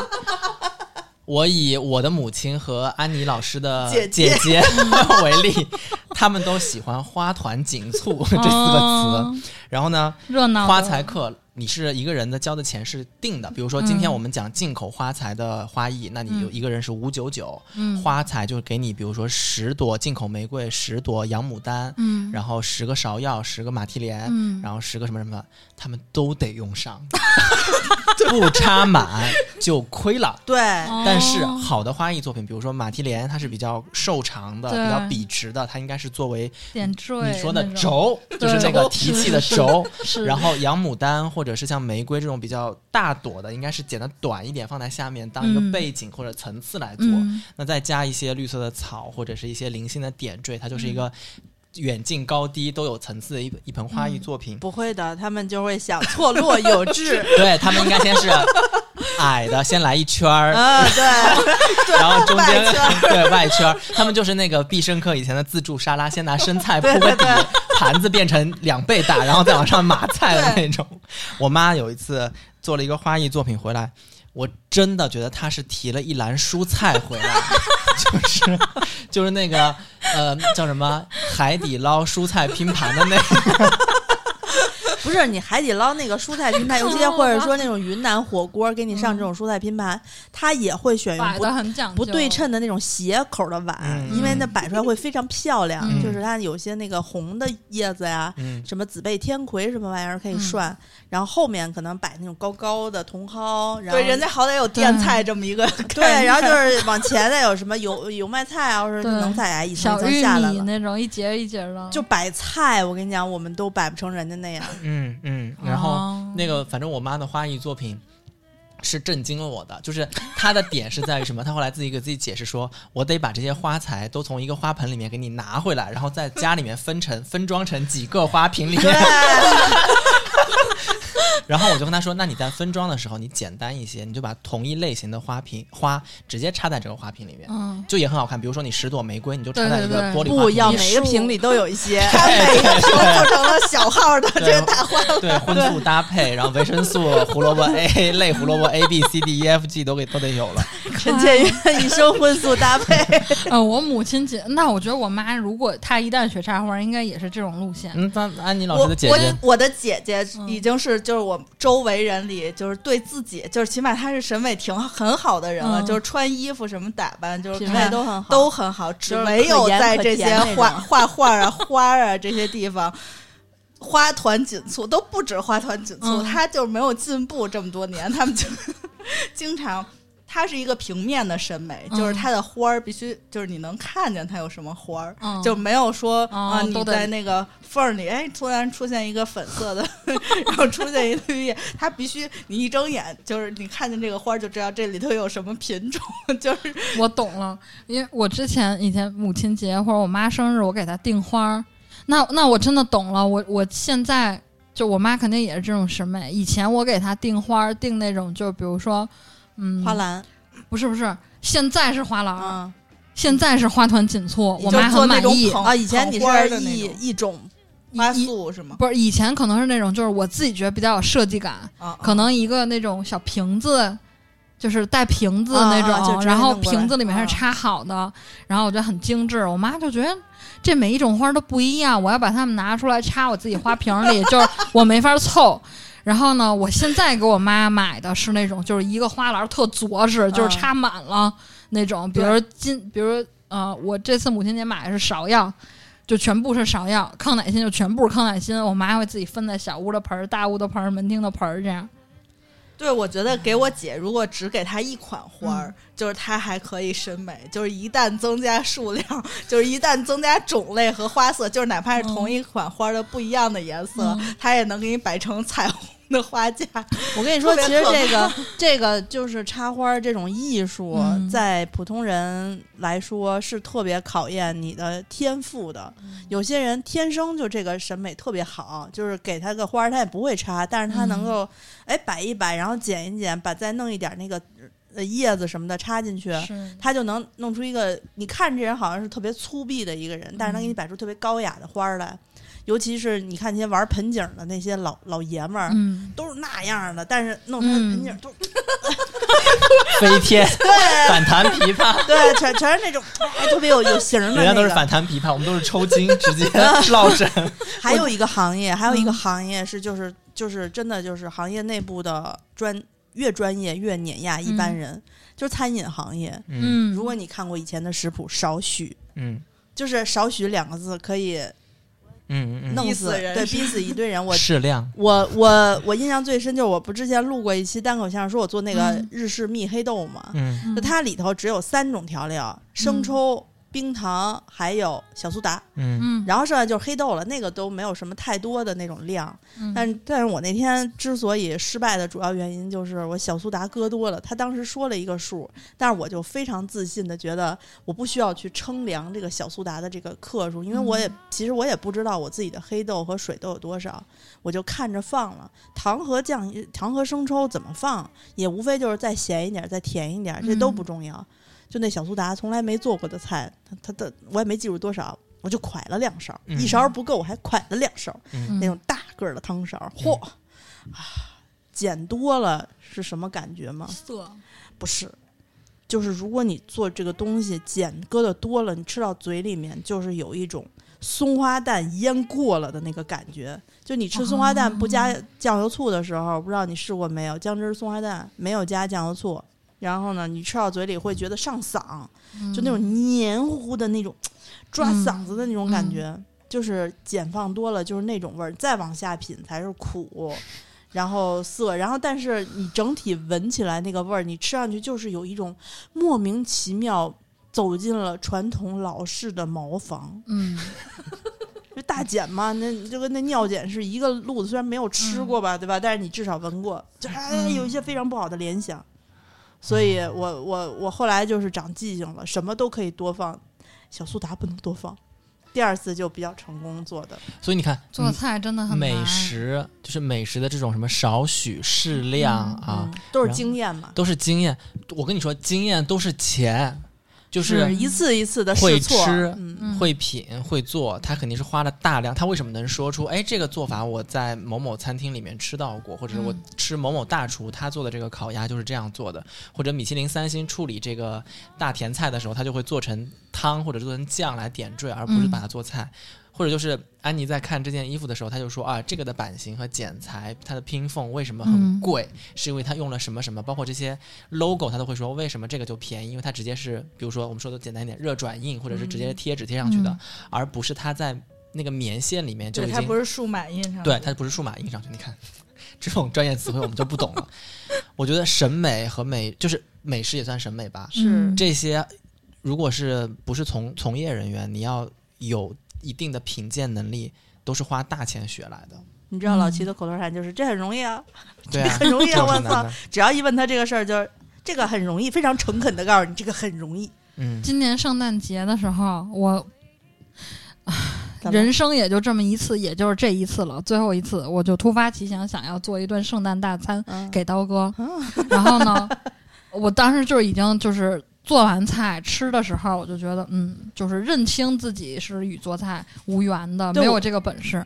我以我的母亲和安妮老师的
姐姐
姐为例，他们都喜欢“花团锦 簇”这四个
哦
词。然后呢，
热闹的
花材课，你是一个人的交的钱是定的。比如说，
嗯
今天我们讲进口花材的花艺，那你有一个人是五九九，
嗯
花材就给你，比如说十朵进口玫瑰，十朵洋牡丹，
嗯
然后十个芍药，十个马蹄莲，
嗯
然后十个什么什么，他们都得用上， 不插满就亏了。
对，
哦
但是啊好的花艺作品，比如说马蹄莲，它是比较瘦长的，
对
比较笔直的，它应该是作为
点缀
你说的
那种，
轴，就是那
对
个提气的
是是
轴。
是
然后洋牡丹或者是像玫瑰这种比较大朵的，应该是剪的短一点，放在下面当一个
嗯
背景或者层次来做。
嗯嗯
那再加一些绿色的草或者是一些零星的点缀，它就是一个远近高低都有层次的一一盆花
嗯
艺作品。
不会的，他们就会想错落有 致
对他们应该先是 矮的，先来一圈 儿，
啊，对，
然后中间
外圈
对外圈儿，他们就是那个必胜客以前的自助沙拉，先拿生菜铺个底，盘子变成两倍大，然后再往上码菜的那种。我妈有一次做了一个花艺作品回来，我真的觉得她是提了一篮蔬菜回来， 就是就是那个呃叫什么海底捞蔬菜拼盘的那个。
不是你海底捞那个蔬菜 拼盘，尤其是或者说那种云南火锅给你上这种蔬菜拼盘，它也会选用
摆
不
的很讲究，
不对称的那种斜口的碗，
嗯
因为那摆出来会非常漂亮，
嗯
就是它有些那个红的叶子呀，
嗯
什么紫背天葵什么玩意儿可
嗯
以涮，然后后面可能摆那种高高的茼蒿，然后
对，人家好歹有垫菜这么一个
对，
概念
然后就是往前再有什么油油麦菜啊，或者是
对
能菜啊，一层一
小
层
玉
下来
米
了。
那种一节一节的，
就摆菜，我跟你讲，我们都摆不成人家那 样。
嗯嗯，然后。
哦
那个，反正我妈的花艺作品是震惊了我的，就是她的点是在于什么？ 她后来自己给自己解释说，我得把这些花材都从一个花盆里面给你拿回来，然后在家里面分成分装成几个花瓶里面。 然后我就跟她说，那你在分装的时候，你简单一些，你就把同一类型的花瓶花直接插在这个花瓶里面，
嗯，
就也很好看。比如说你十朵玫瑰，你就插
对
在
对
一个
对
玻璃花
不
瓶
要
里面
每个瓶里都有一 些，
把每一个瓶做成了小号 的这
对
个大花，
对，荤素搭配，然后维生素、胡萝卜 A 类胡萝卜 A B C D E F G 都给都得有了。
陈建元一生荤素搭配。
呃，我母亲节，那我觉得我妈如果她一旦学插花，应该也是这种路线。
嗯，那安妮老
我
师的姐姐，
我我的姐姐
嗯
已经是就是我周围人里就是对自己就是起码她是审美挺很好的人了，
嗯
就是穿衣服什么打扮就是
品
看
味都很好，
都很好，只
就是
唯
可
有
盐
在
可
这
甜
些
那
画
种
画画啊、花啊这些地方。花团锦簇都不止花团锦簇，
嗯
他就是没有进步这么多年，他们就 经常，他是一个平面的审美，
嗯
就是他的花儿必须就是你能看见它有什么花儿，
嗯，
就没有说、
哦
啊，
都
你
得
在那个缝儿里，哎，突然出现一个粉色的， 然后出现一绿叶，它必须你一睁眼就是你看见这个花儿就知道这里头有什么品种， 就是
我懂了，因为我之前以前母亲节或者我妈生日，我给她订花儿，那那我真的懂了。我我现在就我妈肯定也是这种审美。以前我给她订花儿，订那种就比如说，嗯，
花篮，
不是不是，现在是花
啊
篮儿，
嗯
现在是花团锦簇，
你
我
就
妈
做
很
那
满
种
意。
捧
啊，以前你
捧花儿
是
的那
一
种
一种
花
一
束是吗？
不是以前可能是那种，就是我自己觉得比较有设计感，
啊，
可能一个那种小瓶子，就是带瓶子的那种，
啊啊就直接
然后
弄过来
瓶子里面还
啊
是插好的，然后我觉得很精致。我妈就觉得这每一种花都不一样，我要把它们拿出来插我自己花瓶里，就是我没法凑。然后呢，我现在给我妈买的是那种，就是一个花篮特着实，就
嗯
是插满了那种，比如今，比如呃，我这次母亲节买的是芍药。就全部是芍药，康乃馨就全部是康乃馨。我妈会自己分在小屋的盆儿、大屋的盆儿、门厅的盆儿这样。
对，我觉得给我姐，如果只给她一款花儿，就是她还可以审美，就是一旦增加数量，就是一旦增加种类和花色，就是哪怕是同一款花儿的不一样的颜色，她也能给你摆成彩虹的花架。
我跟你说，
特
其
别
实
可
这个这个就是插花儿这种艺术，
嗯
在普通人来说是特别考验你的天赋的。
嗯
有些人天生就这个审美特别好，就是给他个花儿他也不会插，但是他
嗯
能够哎摆一摆，然后剪一剪，把再弄一点那个呃叶子什么的插进去。
是，
他就能弄出一个，你看这人好像是特别粗鄙的一个人，但是能给
嗯
你摆出特别高雅的花儿来。尤其是你看那些玩盆景儿的那些老老爷们儿，
嗯，
都是那样的，但是弄出来的盆
嗯
景都、
飞天 反弹琵琶，
对，全全是那种 哎特别有有型儿的、那个。
人家都是反弹琵琶，我们都是抽筋直接落枕。
还有一个行业，还有一个
嗯
行业是就是就是真的就是行业内部的专越专业越碾压一般人，
嗯
就是餐饮行业。
嗯
嗯，
如果你看过以前的食谱，少许
嗯
就是“少许”两个字可以
嗯嗯
弄
逼
死
死人
对
是
逼死一堆人。
嗯，
我
适量。
我我我印象最深就是我不之前录过一期单口相声，说我做那个
嗯
日式蜜黑豆嘛，
嗯
嗯
就它里头只有三种调料：生抽、冰糖，还有小苏打，
嗯
嗯，
然后剩下就是黑豆了，那个都没有什么太多的那种量。
嗯
但但是我那天之所以失败的主要原因就是我小苏打搁多了，他当时说了一个数，但是我就非常自信的觉得我不需要去称量这个小苏打的这个克数，因为我也、
嗯
其实我也不知道我自己的黑豆和水豆有多少，我就看着放了。糖和酱、糖和生抽怎么放，也无非就是再咸一点，再甜一点，这都
嗯
不重要。就那小苏打从来没做过的菜，它它的我也没记住多少，我就㧟了两勺，
嗯
一勺不够我还㧟了两勺，
嗯
那种大个儿的汤勺，嚯、啊，减多了是什么感觉吗？
涩，
不是，就是如果你做这个东西碱搁的多了，你吃到嘴里面就是有一种松花蛋腌过了的那个感觉。就你吃松花蛋不加酱油醋的时候，不知道你试过没有？姜汁松花蛋没有加酱油醋，然后呢，你吃到嘴里会觉得上嗓，
嗯
就那种黏糊的那种抓嗓子的那种感觉，就是碱放多了就是那种味儿，再往下品才是苦，然后涩，然后但是你整体闻起来那个味儿，你吃上去就是有一种莫名其妙走进了传统老式的茅房，
嗯，
就大碱嘛，那就跟那尿碱是一个路子，虽然没有吃
嗯
过吧，对吧？但是你至少闻过，就哎
嗯
有一些非常不好的联想。所以
嗯
我我我后来就是长记性了，什么都可以多放，小苏打不能多放。第二次就比较成功做的，
所以你看，
嗯
嗯
做菜真的很难
美，食就是美食的这种什么少许、适量啊，
嗯，都是
然后
经验嘛，
都是经验。我跟你说，经验都是钱，就是
是一次一次的
会
试错，
吃
嗯，
嗯
会品会做，他肯定是花了大量。他为什么能说出，哎，这个做法我在某某餐厅里面吃到过，或者是我
嗯
吃某某大厨他做的这个烤鸭就是这样做的，或者米其林三星处理这个大甜菜的时候，他就会做成汤或者做成酱来点缀，而不是
嗯
把它做菜。或者就是安妮在看这件衣服的时候，她就说啊，这个的版型和剪裁，它的拼缝为什么很
嗯
贵，是因为它用了什么什么，包括这些 logo，她都会说为什么这个就便宜，因为它直接是，比如说我们说的简单一点，热转印或者是直接贴纸贴上去的，
嗯
而不是它在那个棉线里面就
对，
已
它
经
不是数码印上的，
对，它不是数码印上去。你看， 这种专业词汇我们就不懂了。我觉得审美和美就是美食也算审美吧，
是
嗯
这些如果是不是从从业人员，你要有一定的品鉴能力，都是花大钱学来的。
你知道老齐的口头禅就是这很容 易啊，
对 啊，
很容易
这
啊，我
有什么难
操
的！
只要一问他这个事儿，就是这个很容易，非常诚恳的告诉你这个很容易。
嗯，
今年圣诞节的时候，我
咱们
人生也就这么一次，也就是这一次了，最后一次，我就突发奇想，想要做一顿圣诞大餐
嗯
给刀哥。然后呢，我当时就是已经就是做完菜吃的时候，我就觉得，嗯，就是认清自己是与做菜无缘的，
对
没有
我
这个本事。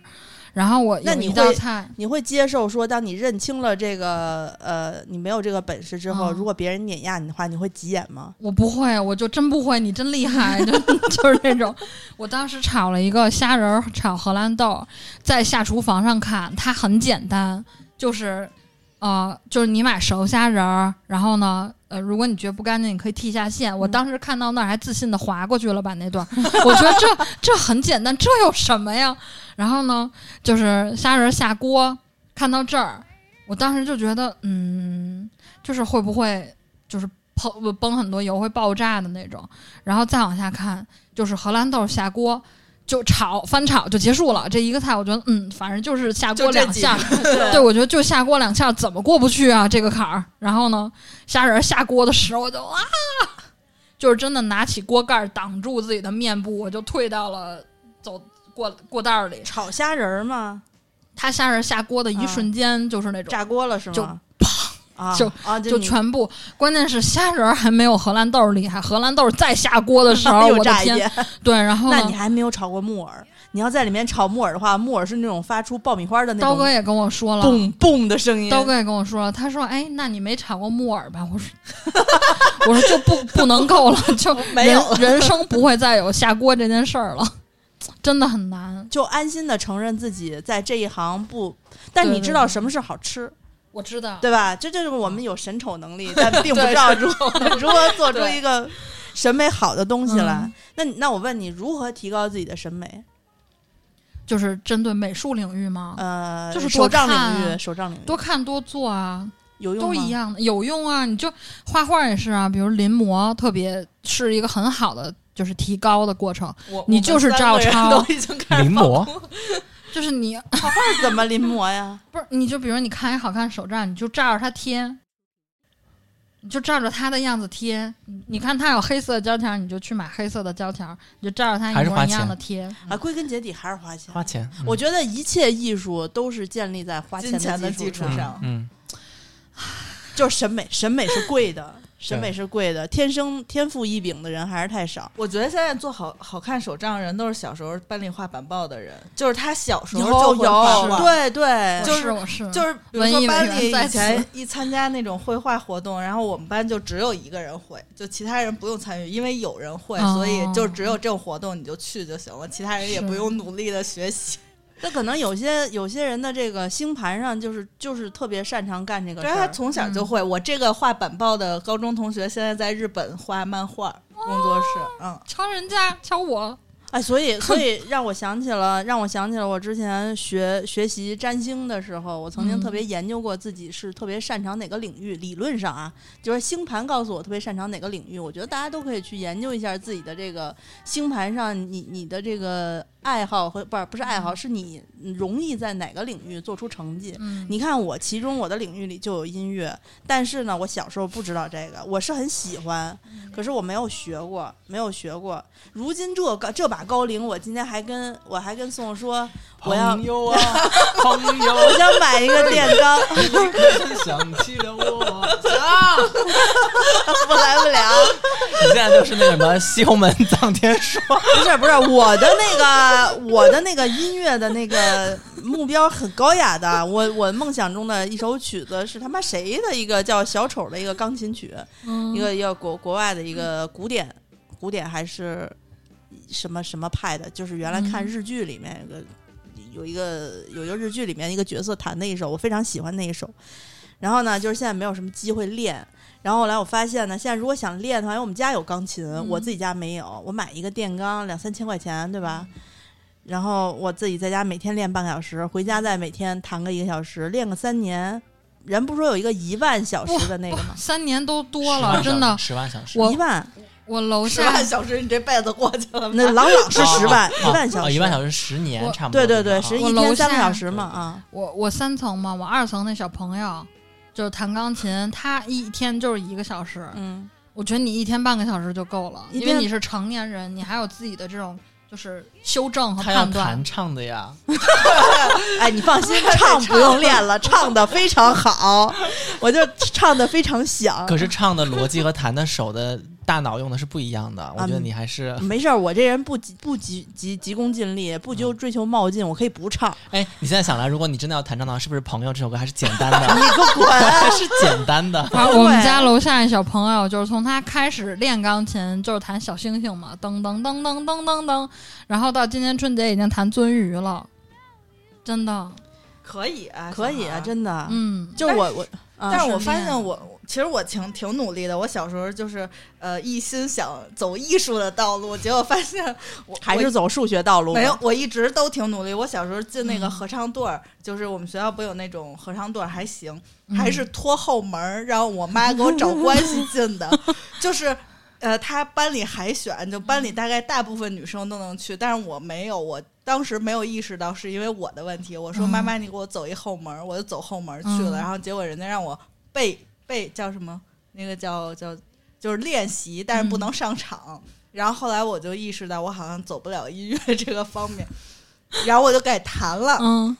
然后我
那
有
你
一道
会
菜，
你会接受说，当你认清了这个呃，你没有这个本事之后，
嗯
如果别人碾压你的话，你会急眼吗？
我不会，我就真不会，你真厉害，就就是那种。我当时炒了一个虾仁儿，炒荷兰豆，在下厨房上看，它很简单，就是，呃，就是你买熟虾仁儿，然后呢，呃，如果你觉得不干净，你可以剔一下线。我当时看到那儿还自信的划过去了，把那段儿， 我觉得这这很简单，这有什么呀？然后呢，就是虾仁儿下锅，看到这儿，我当时就觉得，嗯，就是会不会就是崩崩很多油会爆炸的那种，然后再往下看，就是荷兰豆下锅。就炒翻炒就结束了，这一个菜我觉得，嗯，反正就是下锅
就这
两
几
下，对我觉得就下锅两下怎么过不去啊这个坎儿。然后呢，虾仁儿下锅的时候我就啊，就是真的拿起锅盖儿挡住自己的面部，我就退到了走过过道儿里。
炒虾仁儿吗？
它虾仁儿下锅的一瞬间就是那种
炸锅了是吗？
就
啊
就
啊
就
你
全部，关键是虾仁儿还没有荷兰豆儿厉害。荷兰豆儿再下锅 的时候，
又
我的
炸一
天！
遍。
对，然后
那你
呢，
还没有炒过木耳？你要在里面炒木耳的话，木耳是那种发出爆米花的那
刀哥
种
也跟我说了，
嘣嘣的声音。
刀哥也跟我说了，他说：“哎，那你没炒过木耳吧？”我说：“ 我说就不不能够了， 就
没有
人人生不会再有下锅这件事儿了，真的很难。
就安心的承认自己在这一行不，但
对
你
对
知道
对
什么是好吃，
我知道，
对吧？这就是我们有审丑能 力，但并不知道如何 如何做出一个审美好的东西来。
嗯
那你那我问你，如何提高自己的审美？
就是针对美术领域吗？
呃，
就是
手
多
账
看
领域，
啊
手账领域
多看多做啊，
有用
都
吗？
一样的，有用啊！你就画画也是啊，比如临摹特别是一个很好的就是提高的过程，
我
你
我们
就是
三
照
个人
抄
都已经开始
临
放
摹
空了
就是你
画画怎么临摹呀？
不是你就比如你看一好看手账，你就照着它贴，你就照着它的样子贴。你你看它有黑色的胶条，你就去买黑色的胶条，你就照着它
还
一
是花
模一样
钱
的贴。
啊，归根结底还是花钱。
花钱，嗯
我觉得一切艺术都是建立在花
金钱的
的
基础
础上，
上
嗯，
就是审美，审美是贵的，审美是贵的，天生天赋异禀的人还是太少。
我觉得现在做好好看手账的人都是小时候班里画板报的人，就是他小时候就会画
有
画，
对对
我，
就是
我是
就是比如
文
说
艺委
班
员
里
在
以
此
前一参加那种绘画活动，然后我们班就只有一个人会，就其他人不用参与，因为有人会，
哦
所以就只有这种活动你就去就行了，其他人也
是
不用努力的学习。
那可能有些有些人的这个星盘上就是就是特别擅长干这个
对，嗯
事
他
儿。
从小就会。我这个画板报的高中同学现在在日本画漫画工作室，嗯，
抄人家抄我，
哎，所以所以让我想起了，让我想起了我之前学学习占星的时候，我曾经
嗯
特别研究过自己是特别擅长哪个领域。理论上啊，就是星盘告诉我特别擅长哪个领域，我觉得大家都可以去研究一下自己的这个星盘上你你的这个爱好和不是不是爱好，是你容易在哪个领域做出成绩。
嗯，
你看我，其中我的领域里就有音乐，但是呢，我小时候不知道这个，我是很喜欢，可是我没有学过，没有学过。如今这高这把高龄，我今天还跟我还跟宋说，我要
朋友 啊，朋友，
我想买一个电钢，
你可是想起了我啊！
不来不了。
你现在就是那个什么西红门藏天 书，
不是不是，我的那个我的那个音乐的那个目标很高雅的，我我梦想中的一首曲子是他妈谁的一个叫小丑的一个钢琴曲，
嗯
一个一个国国外的一个古典古典还是什么什么派的，就是原来看
嗯
日剧里面有个有一个有一个日剧里面一个角色弹的一首，我非常喜欢那一首。然后呢，就是现在没有什么机会练。然后后来我发现呢，现在如果想练的话，因为我们家有钢琴，我
嗯
自己家没有，我买一个电钢两三千块钱，对吧？
嗯
然后我自己在家每天练半个小时，回家再每天弹个一个小时，练个三年。人不是说有一个一万小时的那个吗？
三年都多了，真的，
十万小时，
我
一万，
我楼
十
下
万小时你这辈子过去 了吧，
那朗朗是
啊
十万，
啊
一万小
啊
时，
一万小时十年
我
差不多
对
吧，
对对，
啊
是
我
一
楼
天三个
下
小时嘛啊，
我我三层嘛，我二层那小朋友就是弹钢琴，他一天就是一个小时，
嗯，
我觉得你一天半个小时就够了，
一
因
天
为你是成年人，你还有自己的这种就是修正和
他要弹
判断。
唱的呀，
哎，你放心，唱不用练了，唱的非常好，我就唱的非常响。
可是唱的逻辑和弹的手的大脑用的是不一样的，我觉得你还是
没事儿，我这人不急不急急急功近利，不
嗯
就追求冒进，我可以不唱，
哎，你现在想来，如果你真的要弹唱的话，是不是《朋友》这首歌还是简单的？
你给我 滚！
还 是简单 的。
然后我们
对
家楼下一小朋友，就是从他开始练钢琴，就是弹小星星嘛，噔噔噔噔噔噔噔，然后到今年春节已经弹鳟鱼了，真
啊
的，
可以啊，
可以啊，
真。
真的，
嗯，
就我我，啊
但是
是
我发
练
现我其实我挺挺努力的，我小时候就是呃一心想走艺术的道路，结果发现我
还是走数学道
我
路吧，
没有，我一直都挺努力。我小时候进那个
嗯
合唱队儿，就是我们学校不有那种合唱队儿，还行，
嗯
还是托后门儿让我妈给我找关系 进的，就是。呃，他班里海选，就班里大概大部分女生都能去，但是我没有，我当时没有意识到是因为我的问题。我说
嗯
妈妈，你给我走一后门儿，我就走后门儿去了，
嗯
然后结果人家让我背背叫什么，那个叫叫就是练习，但
嗯
是不能上场。然后后来我就意识到我好像走不了音乐这个方面，然后我就改弹
啊
了，
嗯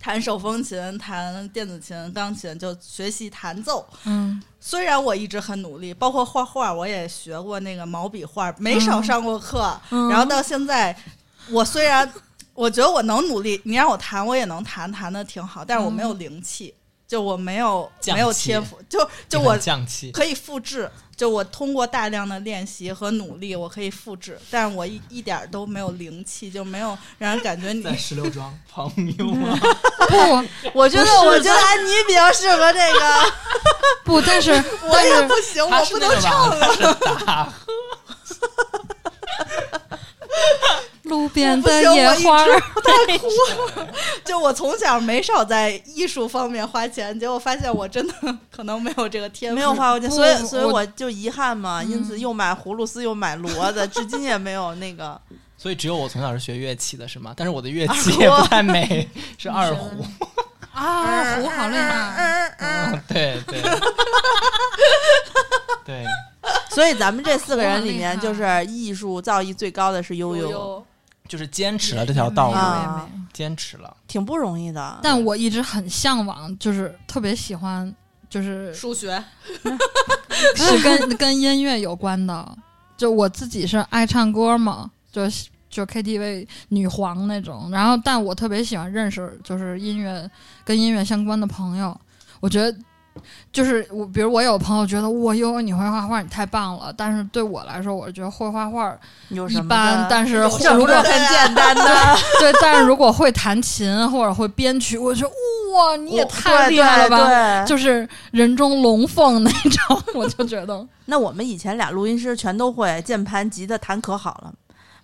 弹手风琴、弹电子琴、钢琴，就学习弹奏。
嗯，
虽然我一直很努力，包括画画，我也学过那个毛笔画，没少上过课。
嗯
然后到现在，我虽然我觉得我能努力，你让我弹我也能弹，弹的挺好，但是我没有
嗯
灵气，就我没有
匠
没有
气
天赋，就就我
降气，
可以复制，就我通过大量的练习和努力，我可以复制，但是我一一点儿都没有灵气，就没有让人感觉你。
石榴庄，朋友 啊，
不
我觉得
不是
我觉得
在
安妮比较适合这个，
不，但是
我
但
也
是
不 行，
他
我
是
不
那
能
个吧？
唱了。
他是大
路边的野花儿，
就我从小没少在艺术方面花钱，结果发现我真的可能没有这个天赋，
没有花过钱，
不
所以
我
所以我就遗憾嘛，
嗯
因此又买葫芦丝又买骡子，至今也没有那个。
所以只有我从小是学乐器的，是吗？但是我的乐 器也不太美，是二胡。
啊，胡好厉害，
嗯，对对对，
所以咱们这四个人里面，
哇
就
厉
是艺术造诣最高的是悠悠，
有
就是坚持了这条道
也没有
路，
啊
也没有
坚持了。
挺不容易的。
但我一直很向往，就是特别喜欢，就是
数学，
是跟 跟音乐有关的。就我自己是爱唱歌嘛，就是就 KTV 女皇那种。然后，但我特别喜欢认识就是音乐跟音乐相关的朋友。我觉得就是我，比如我有朋友觉得哇哟，你会画画，你太棒了。但是对我来说，我觉得会画画
有
一
什么
般，
的？
但是
有什么
如果
的
很简单的，
对，但是如果会弹琴或者会编曲，我觉得哇，你也
我
太厉害了吧！
对对对
就是人中龙凤那种，我就觉得。
那我们以前俩录音师全都会，键盘、吉他弹可好了，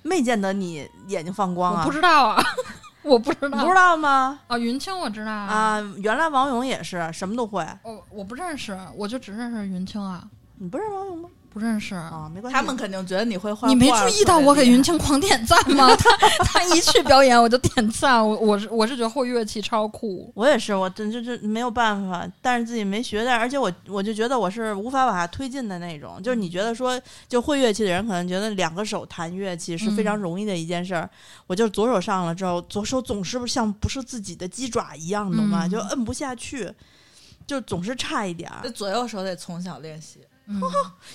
没见得你眼睛放光
我
啊。
不知道啊， 我不知
你
道，
不知道吗？
啊。云清我知道啊，哦
啊，原来王勇也是什么都会，
我我不认识，我就只认识云清啊，
你不是王勇吗？
不认识。
啊，没关系。
他们肯定觉得你会画画，
你没注意到我给云清狂点赞吗？他他一去表演我就点赞，我我是我是觉得会乐器超酷。
我也是，我真就就没有办法，但是自己没学但而且我我就觉得我是无法往下推进的那种。就是你觉得说，就会乐器的人可能觉得两个手弹乐器是非常
嗯
容易的一件事儿，我就左手上了之后，左手总是像不是自己的鸡爪一样，你懂吗？
嗯呃
就摁不下去，就总是差一点儿，
左右手得从小练习，
嗯，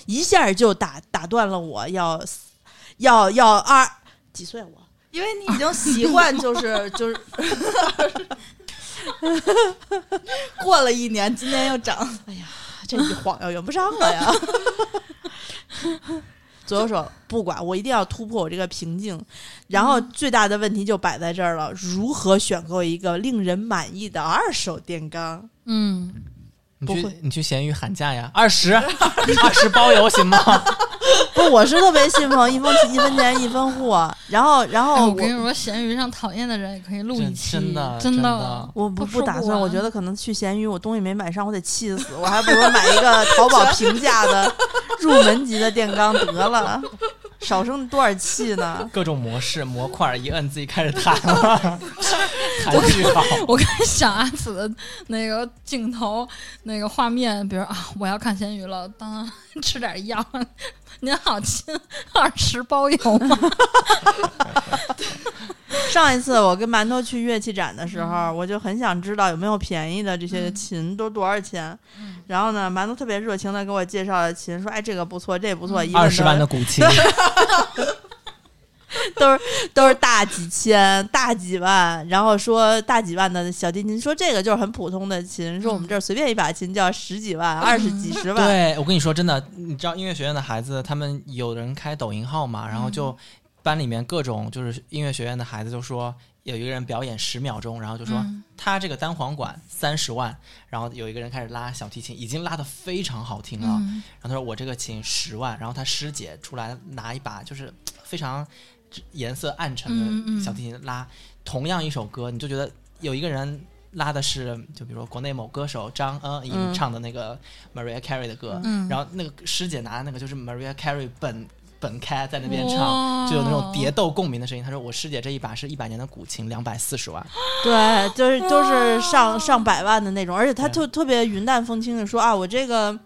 一下就打打断了我要要要二几岁啊我。
因为你已经习 惯就是就是。 过了一年，今年又长，
这一晃悠圆不上了呀。 左右手不管，我一定要突破我这个瓶颈。然
嗯
后最大的问题就摆在这儿了：如何选购一个令人满意的二手电钢？
嗯，
你
不
去
会
你去闲鱼喊价呀，二十二十包邮行吗？
不，我是特别信奉一分一分钱一分货。然后，然
哎
后
我
哦我
跟你说，闲鱼上讨厌的人也可以录一
真
期，
真的
真
真的
我不
都
不
说啊不
打算，我
完
觉得可能去闲鱼，我东西没买上，我得气死。我还不如买一个淘宝平价的入门级的电钢得了，少生多少气呢？
各种模式模块儿一摁自己开始弹了， 弹巨好。
我刚才想阿紫的那个镜头那个画面，比如啊，我要看咸鱼了，当然吃点药。 您好，亲，二十包邮吗？
上一次我跟馒头去乐器展的时
嗯
候，我就很想知道有没有便宜的这些琴都多少钱。
嗯
然后呢，馒头特别热情的给我介绍了琴，说：“哎，这个不错，这也不错，一问
二十万的 古琴，
都是都是大几千、大几万。”然后说大几万的小提琴，说这个就是很普通的琴，说我们这儿随便一把琴就要十几万、二十几十万。
嗯对我跟你说真的，你知道音乐学院的孩子，他们有人开抖音号嘛，然后
嗯
就班里面各种就是音乐学院的孩子就说。有一个人表演十秒钟，然后就说、
嗯
他这个单簧管三十万，然后有一个人开始拉小提琴，已经拉得非常好听了。
嗯
然后他说我这个琴十万，然后他师姐出来拿一把就是非常颜色暗
嗯
沉
嗯
的小提琴拉，同样一首歌，你就觉得有一个人拉的是就比如说国内某歌手张恩颖
嗯
唱的那个 Maria Carey 的歌，
嗯
然后那个师姐拿的那个就是 Maria Carey 本本开在那边唱。
哇
就有那种蝶豆共鸣的声音。他说：“我师姐这一把是一百年的古琴，两百四十万。
对，就是都是上
哇
上百万的那种，而且他
对
特特别云淡风轻的说：“啊，我这个，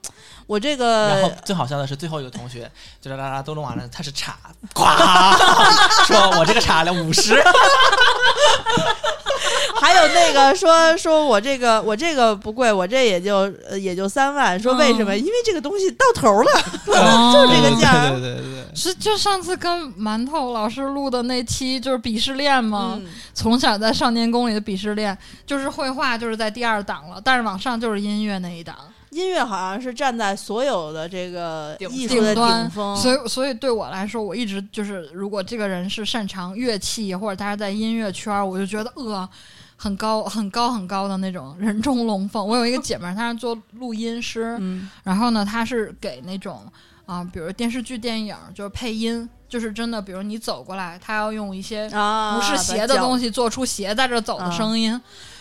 我这个。”
然后最好笑的是，最后一个同学就啦啦啦都弄完了，他是叉，咵， 说我这个叉了五 十，
还有那个说说我这个我这个不贵，我这也就呃也就三万。说为什么？
嗯
因为这个东西到头了。
哦
就是这个价儿
对对对对对。
是就上次跟馒头老师录的那期，就是鄙视链嘛，
嗯
从小在少年宫里的鄙视链，就是绘画就是在第二档了，但是往上就是音乐那一档。
音乐好像是站在所有的这个
顶
艺术
顶
的
端
顶峰，
所以，所以对我来说，我一直就是，如果这个人是擅长乐器，或者他是在音乐圈儿，我就觉得呃，很高、很高、很高的那种人中龙凤。我有一个姐们儿，她是做录音师，
嗯
然后呢，她是给那种啊、比如电视剧、电影就是配音，就是真的，比如你走过来，他要用一些
啊，
不是鞋的东
西，
西做出鞋在这走的声音。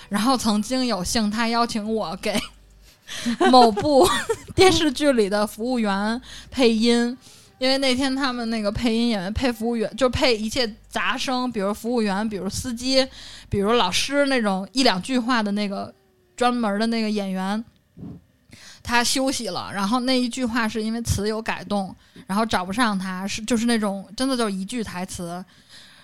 然后曾经有幸他邀请我给 某部 电视剧里的服务员配音，因为那天他们那个配音演员配服务员，就配一切杂声，比如服务员，比如司机，比如老师那种一两句话的那个专门的那个演员。他休息了，然后那一句话是因为词有改动，然后找不上他，是就是那种真的就是一句台词。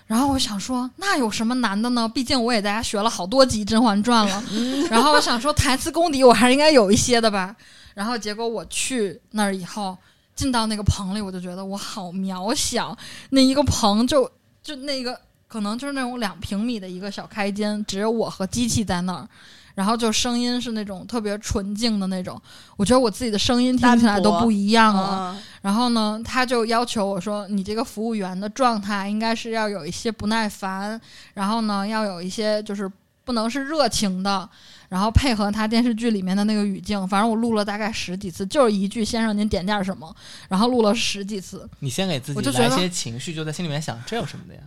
然后我想说，那有什么难的呢？毕竟我也在家学了好多集《甄嬛传》了。然后我想说，台词功底我还是应该有一些的吧。然后结果我去那儿以后，进到那个棚里，我就觉得我好渺小。那一个棚就就那个可能就是那种两平米的一个小开间，只有我和机器在那儿。然后就声音是那种特别纯净的那种，我觉得我自己的声音听起来都不一样了。
嗯
然后呢，他就要求我说，你这个服务员的状态应该是要有一些不耐烦，然后呢，要有一些就是不能是热情的，然后配合他电视剧里面的那个语境。反正我录了大概十几次，就是一句“先生，您点点什么”，然后录了十几次。
你先给自
我
己
就觉
来一
得
些情绪，就在心里面想，这有什么的呀？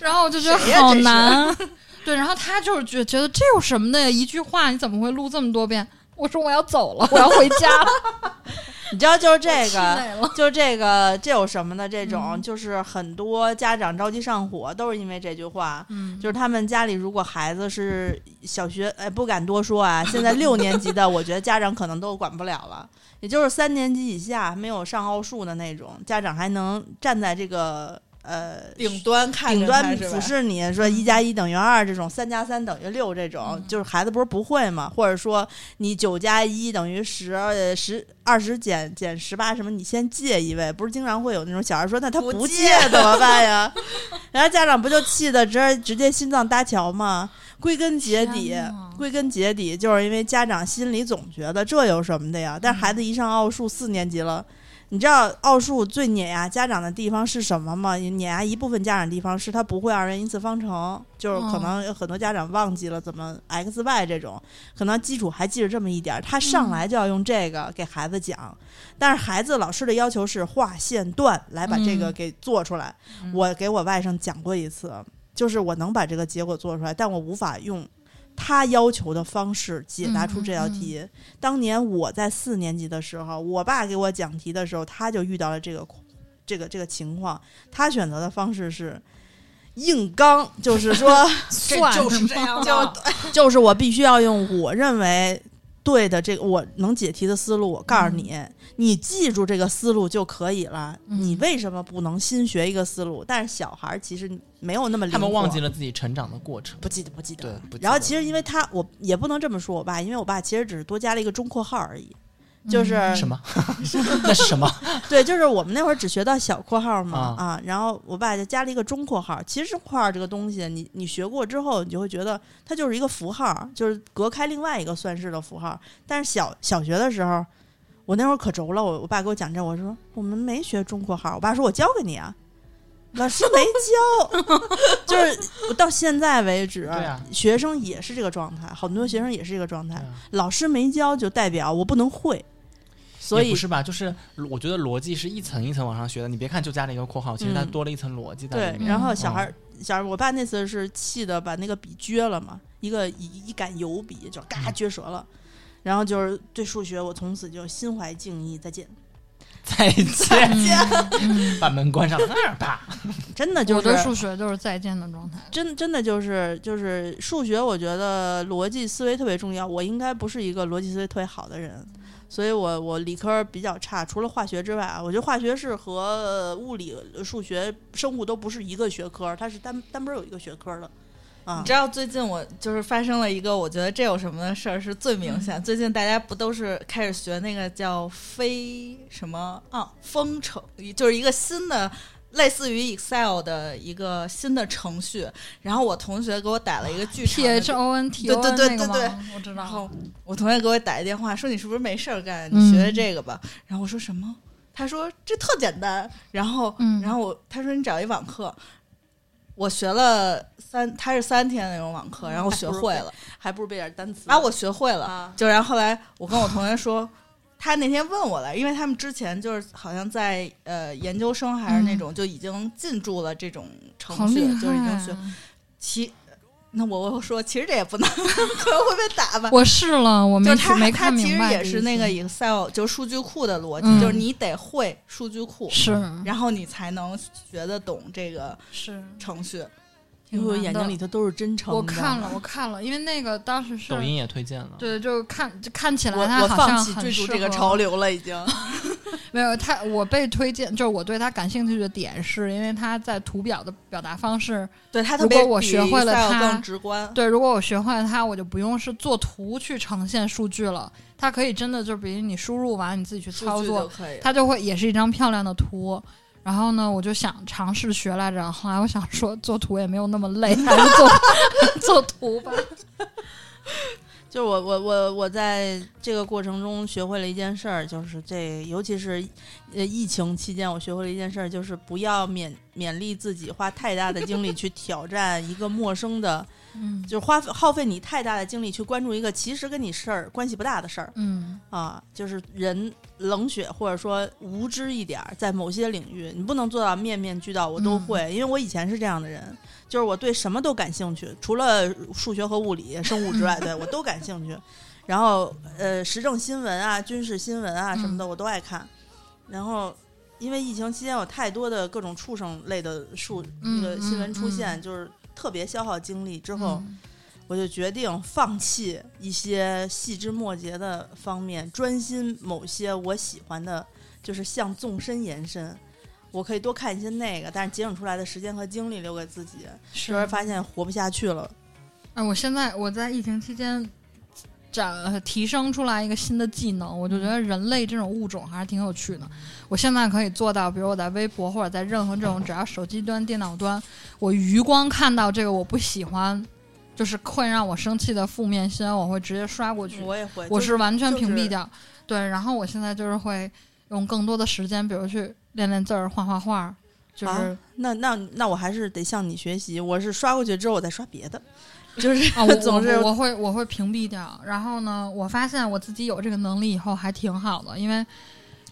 然后我就觉得
谁呀
好
这是
难。啊对，然后他就是觉觉得这有什么的呀？一句话你怎么会录这么多遍？我说我要走了，我要回家了，
你知道就是这
气
个，
馁了。
就是这个，这有什么的？这种、
嗯
就是很多家长着急上火，都是因为这句话。
嗯，
就是他们家里如果孩子是小学，哎，不敢多说啊。现在六年级的，我觉得家长可能都管不了了，也就是三年级以下没有上奥数的那种，家长还能站在这个呃
顶端看
顶
着他
端
是吧，
俯视你说一加一等于二这种，三加三等于六这
嗯
种，就是孩子不是不会嘛？或者说你九加一等于十，呃十二十减减十八什么？你先借一位，不是经常会有那种小孩说那他
不
不
借
借怎么办呀？ 然后家长不就气的直接直接心脏搭桥吗？归根结底
天哪，
归根结底就是因为家长心里总觉得这有什么的呀？但孩
嗯
子一上奥数四年级了。你知道奥数最碾压家长的地方是什么吗？碾压一部分家长的地方是他不会二元一次方程，就是可能有很多家长忘记了怎么 x y 这种，可能基础还记着这么一点儿，他上来就要用这个给孩子讲，但是孩子老师的要求是画线段来把这个
嗯
给做出来。我给我外甥讲过一次，就是我能把这个结果做出来，但我无法用。他要求的方式解答
嗯
出这道题，当年我在四年级的时候，我爸给我讲题的时候，他就遇到了这个苦这个这个情况。他选择的方式是硬刚，就是 说，
这
算
就是是
这
这
样
样
的
啊
的。
就是我必须要用我认为对的这个我能解题的思路，我告诉你，
嗯
你记住这个思路就可以了。
嗯
你为什么不能新学一个思路？但是小孩儿其实没有那么灵
他们忘记
了，
了自己成长的过程。
不记得，不记得。
对，不记
然后
得
其实因为他，我也不能这么说我爸，因为我爸其实只是多加了一个中括号而已。就是
嗯什么？那是什么？
对，就是我们那会儿只学到小括号嘛
啊
啊然后我爸就加了一个中括号。其实括号这个东西，你你学过之后，你就会觉得它就是一个符号，就是隔开另外一个算式的符号。但是小小学的时候，我那会儿可轴了，我我爸给我讲这，我说我们没学中括号，我爸说我教给你啊。老师没教， 就是我到现在为止，
对啊
学生也是这个状态，很多学生也是这个状态。
对啊
老师没教就代表我不能会，所
也
以
不是吧？就是我觉得逻辑是一层一层往上学的。你别看就加了一个括号，其实它
嗯
多了一层逻辑在
对
里，面。
然后
嗯
小孩儿、小孩儿，我爸那次是气的把那个笔撅了嘛，一个一一杆油笔就嘎撅折了。然后就是对数学，我从此就心怀敬意。再见，
再见，
嗯
把门关上，那儿吧。
真的
我
就
的
是
数学就是再见的状态。
真真的就是就是数学，我觉得逻辑思维特别重要。我应该不是一个逻辑思维特别好的人，所以我我理科比较差，除了化学之外啊，我觉得化学是和呃物理、数学、生物都不是一个学科，它是单单门儿有一个学科的啊
你。知道最近我就是发生了一个，我觉得这有什么的事儿是最明
嗯
显。最近大家不都是开始学那个叫非什么啊风程，就是一个新的类似于 Excel 的一个新的程序。然后我同学给我打了一个巨长
P
的
H O N T O
对
N
对对
那个吗
对？
我知
然
道。
后我同学给我打一电话说：“你是不是没事儿干？你
嗯
学学这个吧。然后我说：“什么？”他说：“这特简单。”然后，
嗯
然后我他说：“你找一网课。”我学了三，他是三天那种网课，然后我学会了，
还不如背点单词
啊，我学会了。
啊
就然后后来我跟我同学说，他那天问我来，因为他们之前就是好像在呃研究生还是那种、就已经进驻了这种
嗯好
程序
厉害，，啊
就是已经学其。那我我说，其实这也不难， 可能会被打吧。
我试了，我
就
没
是他
没
他
看
其
明
实
白这
也
一期，
是那个 Excel 就是数据库的逻辑，
嗯
就是你得会数据库，
是啊
然后你才能学得懂这个
是，
程序。
因为我
挺
眼
难
睛
的
里头都是真诚。
我
你知道
看
吗
了，我看了，因为那个当时是
抖音也推荐了，
对，就看就看起
我
来
我
它好
放
像
弃
很
追逐
适
这个
合
潮流了，已经。
没有他，我被推荐，就是我对他感兴趣的点是因为他在图表的表达方式。
对他特
如
别
果我
比
学会了
Excel
它
更直观。
对，如果我学会了它，我就不用是做图去呈现数据了，它可以真的就比如你输入完你自己去
数
操
据
作
就，可以。
它就会也是一张漂亮的图。然后呢，我就想尝试学来着，后来我想说做图也没有那么累，还是做 做图吧。
就是我我我我在这个过程中学会了一件事儿，就是这，尤其是呃疫情期间，我学会了一件事儿，就是不要勉勉励自己花太大的精力去挑战一个陌生的，
嗯
就是花费耗费你太大的精力去关注一个其实跟你事儿关系不大的事儿
嗯，
啊。就是人冷血或者说无知一点，儿，在某些领域你不能做到面面俱到，我都
嗯
会，因为我以前是这样的人。就是我对什么都感兴趣，除了数学和物理、生物之 外，对我都感兴趣。然后呃，时政新闻啊、军事新闻啊什么的，
嗯
我都爱看。然后因为疫情期间有太多的各种畜生类的数那
嗯
个新闻
嗯
出现，
嗯
就是特别消耗精力。之
之
后、我就决定放弃一些细枝末节的方面，专心某些我喜欢的，就是向纵深延伸。我可以多看一些那个，但是节省出来的时间和精力留给自己。
是
突然发现活不下去了。
哎，我现在我在疫情期间展呃提升出来一个新的技能，我就觉得人类这种物种还是挺有趣的。我现在可以做到，比如我在微博或者在任何这种只要手机端、电脑端，我余光看到这个我不喜欢，就是会让我生气的负面新闻，我会直接刷过去。
我也会，
我
就是
完全屏
就是
蔽掉。对，然后我现在就是会用更多的时间，比如去练练字儿、画画画，就是、
啊那那那我还是得向你学习。我是刷过去之后，我再刷别的， 就是、
啊，我
总是
我我会我会屏蔽掉。然后呢，我发现我自己有这个能力以后还挺好的，因为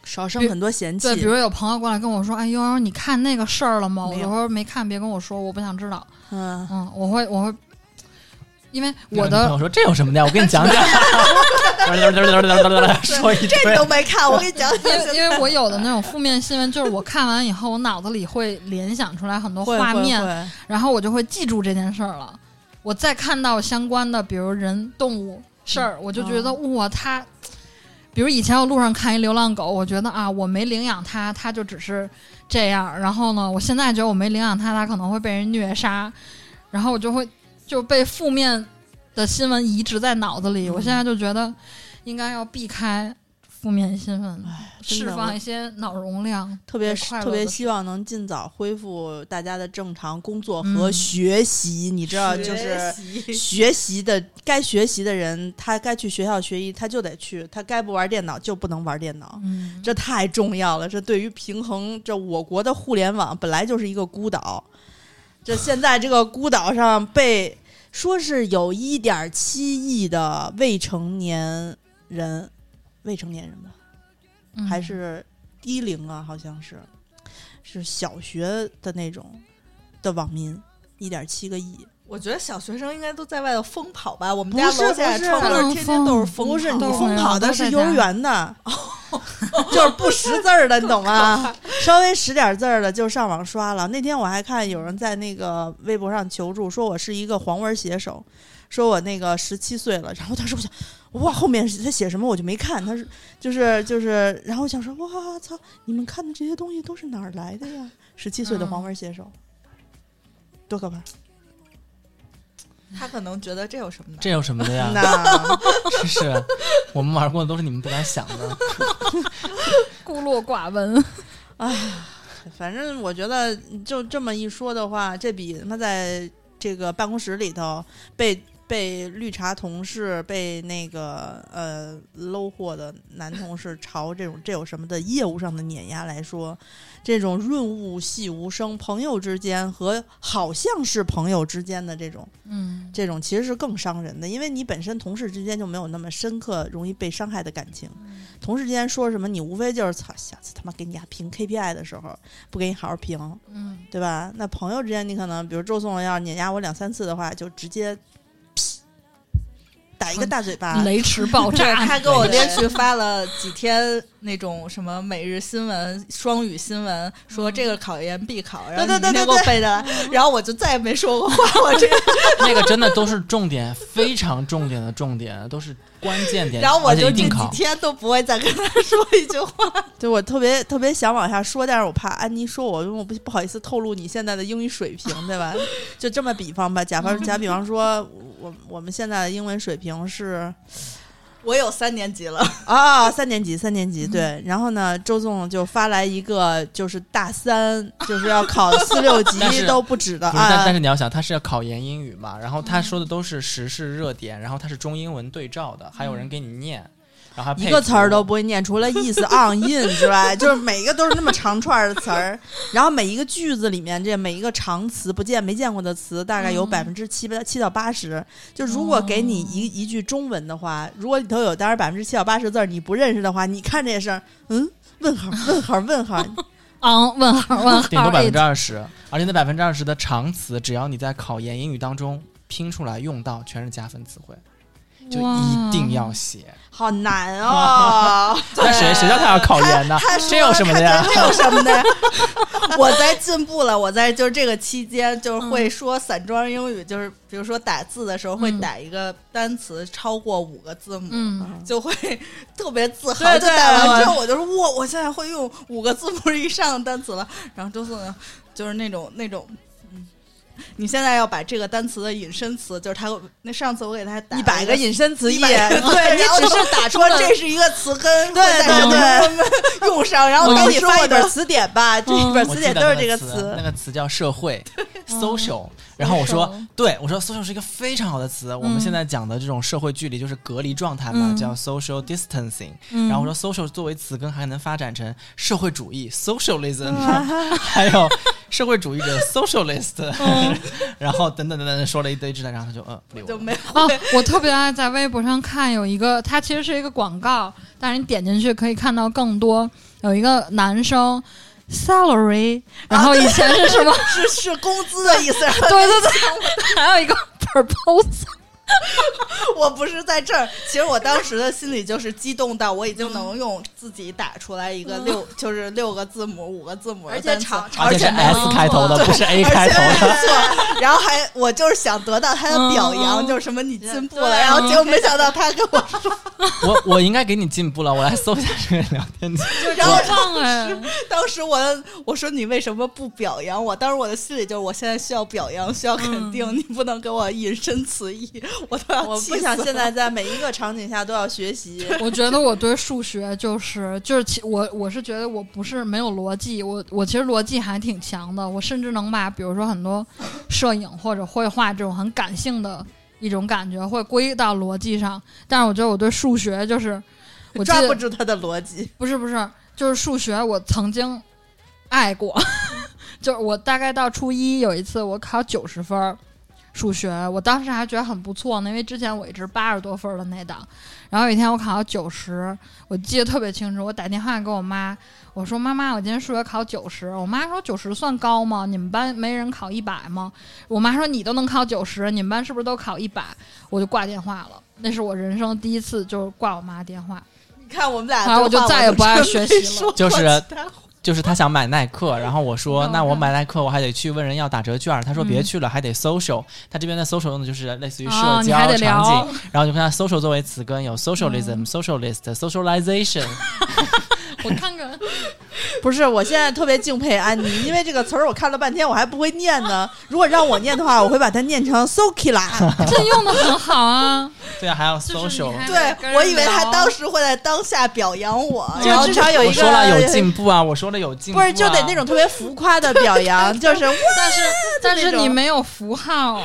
少生很多嫌弃
对，。比如有朋友过来跟我说：“哎，悠悠，你看那个事儿了吗？”我
没
就
有
说：“没看，别跟我说，我不想知道。
嗯”，
嗯，我会我会，因为我
然后你朋
的
友说这有什么的，我给你讲讲， 说一
这你
堆
都。没看，我给你讲
因
讲。
为因为我有的那种负面新闻，就是我看完以后，我脑子里会联想出来很多
会
画
会
面，
会
然后我就会记住这件事儿了。我再看到相关的，比如人、动物事
嗯
儿，我就觉得、哇，它，比如以前我路上看一流浪狗，我觉得啊，我没领养它，它就只是这样。然后呢，我现在觉得我没领养它，它可能会被人虐杀，然后我就会就被负面的新闻移植在脑子
嗯
里。我现在就觉得应该要避开负面新闻，
真的
释放一些脑容量。
特别
快乐
特别
的
希望能尽早恢复大家的正常工作
嗯
和学习。你知道，就是
学习
学习的该学习的人，他该去学校学习，他就得去；他该不玩电脑就不能玩电脑。
嗯，
这太重要了，这对于平衡这我国的互联网本来就是一个孤岛，这现在这个孤岛上被说是有一点七亿的未成年人，未成年人吧，
嗯
还是低龄啊，好像是是小学的那种的网民，一点七个亿。
我觉得小学生应该都在外头疯跑吧。我们
不
家
是
楼下
不是
窗户那儿天天都是疯
嗯
跑，
不是你
都
疯跑的
都在
是幼儿
家
园 的， 就是不识字儿的，你懂吗？稍微识点字儿的就上网刷了。那天我还看有人在那个微博上求助，说我是一个黄文写手，说我那个十七岁了。然后当时我想，哇，后面他写什么我就没看，他是就是就是，然后我想说，哇操，你们看的这些东西都是哪儿来的呀？十七岁的
嗯
黄文写手，多可怕！
他可能觉得这有什么
这
难？
有什么的呀？
那
是是，我们玩过的都是你们不敢想的。
孤陋寡闻。
反正我觉得就这么一说的话，这比他妈在这个办公室里头被被绿茶同事、被那个呃 low 货的男同事朝这种这有什么的业务上的碾压来说，这种润物细无声，朋友之间和好像是朋友之间的这种
嗯，
这种其实是更伤人的，因为你本身同事之间就没有那么深刻、容易被伤害的感情。同事之间说什么，你无非就是操，下次他妈给你俩评 KPI 的时候不给你好好评，
嗯，
对吧？那朋友之间，你可能比如周总要碾压我两三次的话，就直接噗打一个大嘴巴。
雷池爆
对
炸，
他给我
对
连续发了几天那种什么每日新闻、双语新闻，说这个考研必考，然后
对
你
对对
明天给我背下来，然后我就再也没说过话。我这，
那个真的都是重点，非常重点的重点，都是关键点，
然后我
而
就
且一
这
定
几
考。
天都不会再跟他说一句话。
对我特别特别想往下说，但是我怕安妮说我，因为我不不好意思透露你现在的英语水平，对吧？就这么比方吧，假方假比方说，我我们现在的英文水平是。
我有三年级了，
啊，三年级，三年级，对。然后呢，周总就发来一个，就是大三，就是要考四六
但
级
是
都不止的
不是，但
啊嗯
但。是你要想，他是要考研英语嘛，然后他说的都是时事热点，然后他是中英文对照的，还有人给你念，然后还
嗯
配
一个词儿都
图
不会念，除了 is、on、in 之外，就是每一个都是那么长串儿的词儿。然后每一个句子里面，这每一个长词不见没见过的词，大概有百分之七七到八十。就如果给你一一句中文的话，如果里头有当然百分之七到八十字儿你不认识的话，你看这事儿，嗯，问号，问号，问号，
昂嗯问号问
顶
号
多百分之
it，
二十，而且那百分之二十的长词，只要你在考研英语当中拼出来用到，全是加分词汇，就一定要写。
好难 哦。
那谁谁叫他要考研呢？这有什么的呀？
这有什么的呀？我在进步了，我在就是这个期间，就是会说散装英语，就是比如说打字的时候会
嗯
打一个单词超过五个字母，
嗯，
就会特别自豪。
对
就
对
打完之
我
后，我就说哇，我现在会用五个字母以上的单词了。然后周颂就是那种那种。嗯你现在要把这个单词的引申词，就是他那上次我给他打
一百个
引
引申词义，
100 个
对你
然后
只是打出
说
了
这是一个词根，
对
会在什么
对
什么用上，然后
我嗯
当
给
你
你
发
发
一
一
本
本词典吧，这一本
我
词
记
典
得
都是
那
这个
词，那
词。
个词叫社会 social。然后我说，对我说，social 是一个非常好的词。我们现在讲的这种社会距离就是隔离状态嘛，
嗯
叫 social distancing。
嗯
然后我说，social 作为词根还能发展成社会主义 socialism，、还 有社会主义者 socialist，、然后等等等等说了一堆之类，然后他就嗯不理我
就
了。
没有
哦，我特别爱在微博上看有一个，它其实是一个广告，但是你点进去可以看到更多。有一个男生 salary，然后以前是什么？
是是工资的意思。
啊
然后
啊对对对，还有一个 proposal，
我不是在这儿，其实我当时的心里就是激动到我已经能用自己打出来一个六，就是六个字母、五个字母的
而且
单词，
长
而且是
没
S 开头的，不是 A
而
开头
且
的。
没错，然后还我就是想得到他的表扬，
嗯
就是什么你进步了，
对
然后结果没想到他 跟我说，
我我应该给你进步了，我来搜一下这个聊天记录。
然后
棒哎！
当时我我说你为什么不表扬我？当时我的心里就是我现在需要表扬，需要
嗯
肯定，你不能给我引申词义，我都要
我
气
不想
死
现
了
在在每一个场景下都要学 习。
我觉得我对数学就是就是其我我是觉得我不是没有逻辑，我我其实逻辑还挺强的，我甚至能把比如说很多摄影或者绘画这种很感性的一种感觉会归到逻辑上，但是我觉得我对数学就是我记
抓
得
不住他的逻辑，
不是不是就是数学我曾经爱过， 就是我大概到初一有一次我考九十分儿。数学，我当时还觉得很不错呢，因为之前我一直八十多分儿的那档，然后有一天我考到九十，我记得特别清楚，我打电话给我妈，我说妈妈，我今天数学考九十，我妈说九十算高吗？你们班没人考一百吗？我妈说你都能考九十，你们班是不是都考一百？我就挂电话了，那是我人生第一次就是挂我妈电话，
你看我们俩对
好
话，
我就再也不爱
真
学
没
习了
说过
就是
其他话
就是他想买耐 克，然后我说
嗯
那我买耐克我还得去问人要打折券，他说
嗯
别去了，还得 social。他这边的 social 用的就是类似于社
哦你
交
还得
场
聊嗯
景，然后就看到 social 作为词根有 socialism、socialist、socialization，
我看看。
不是？我现在特别敬佩安妮，因为这个词儿我看了半天，我还不会念呢。如果让我念的话，我会把它念成 soki 啦。
这用的很好啊，
对啊，还有
就是你
social。
还跟
对，
人
我以为他
当
聊
当时会在当下表扬我，
就
然后
至少有一
我
个
说了有进步啊，我说了有进步、
不
啊，
是就得 那种特别浮夸的表扬，就是哇
但是但
那
是
种
你没有符号，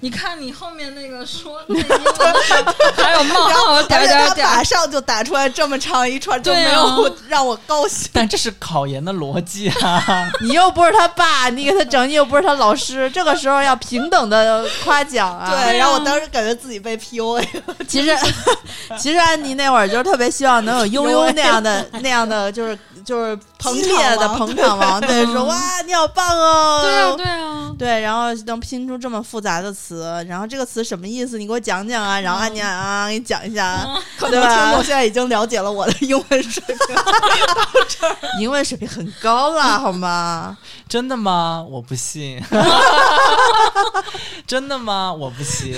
你看你后面那个说那英 文的还有冒号点
而
儿
且
点
他
儿点
马
儿，
上就打出来这么长一串，就没
对啊
有让我高兴。
但这是考研的逻辑啊！
你又不是他爸，你给他整，你又不是他老师，这个时候要平等的夸奖啊。
对，
啊
然后我当时感觉自己被 PUA，
其实 其实安妮那会儿就是特别希望能有悠悠那样的那样的，就是就是
捧
激
场
烈的
王
捧场 王，对，说哇你好棒哦，
对啊对啊，
对，然后能拼出这么复杂的词，然后这个词什么意思？你给我讲讲啊。然后安妮啊啊，给你讲一下啊。
嗯 可
对
能
吧
听众现在已经了解了我的英文水 平。
英文水平很高了，好吗？
真的吗？我 不信。真的吗？我不信。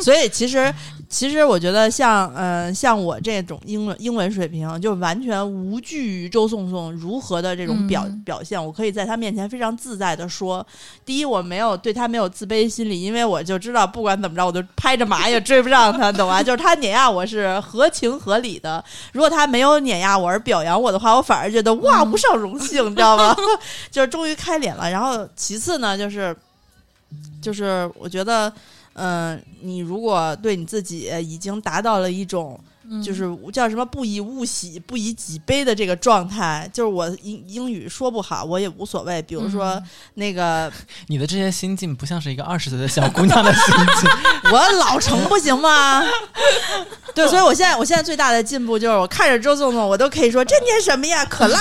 所以其实，其实我觉得像嗯、呃像我这种英文英文水平，就完全无惧于周颂颂如何的这种表、
嗯
表现，我可以在他面前非常自在的说。第一，我没有对他没有自卑心理，因为我就知道不管怎么着，我就拍着马也追不上他，懂吗？就是他碾压我是合情合理的。如果他没有碾压我而表扬我的话，我反而觉得哇无上荣幸，你知道吗？ 就是终于开脸了。然后其次呢，就是就是我觉得。嗯，你如果对你自己呃已经达到了一种
嗯
就是叫什么不以物喜，不以己悲的这个状态，就是我英英语说不好我也无所谓。比如说
嗯
那个、
你的这些心境不像是一个二十岁的小姑娘的心境。
我老成不行 吗？对，所以我现在我现在最大的进步就是我看着周颂颂，我都可以说这念什么呀？class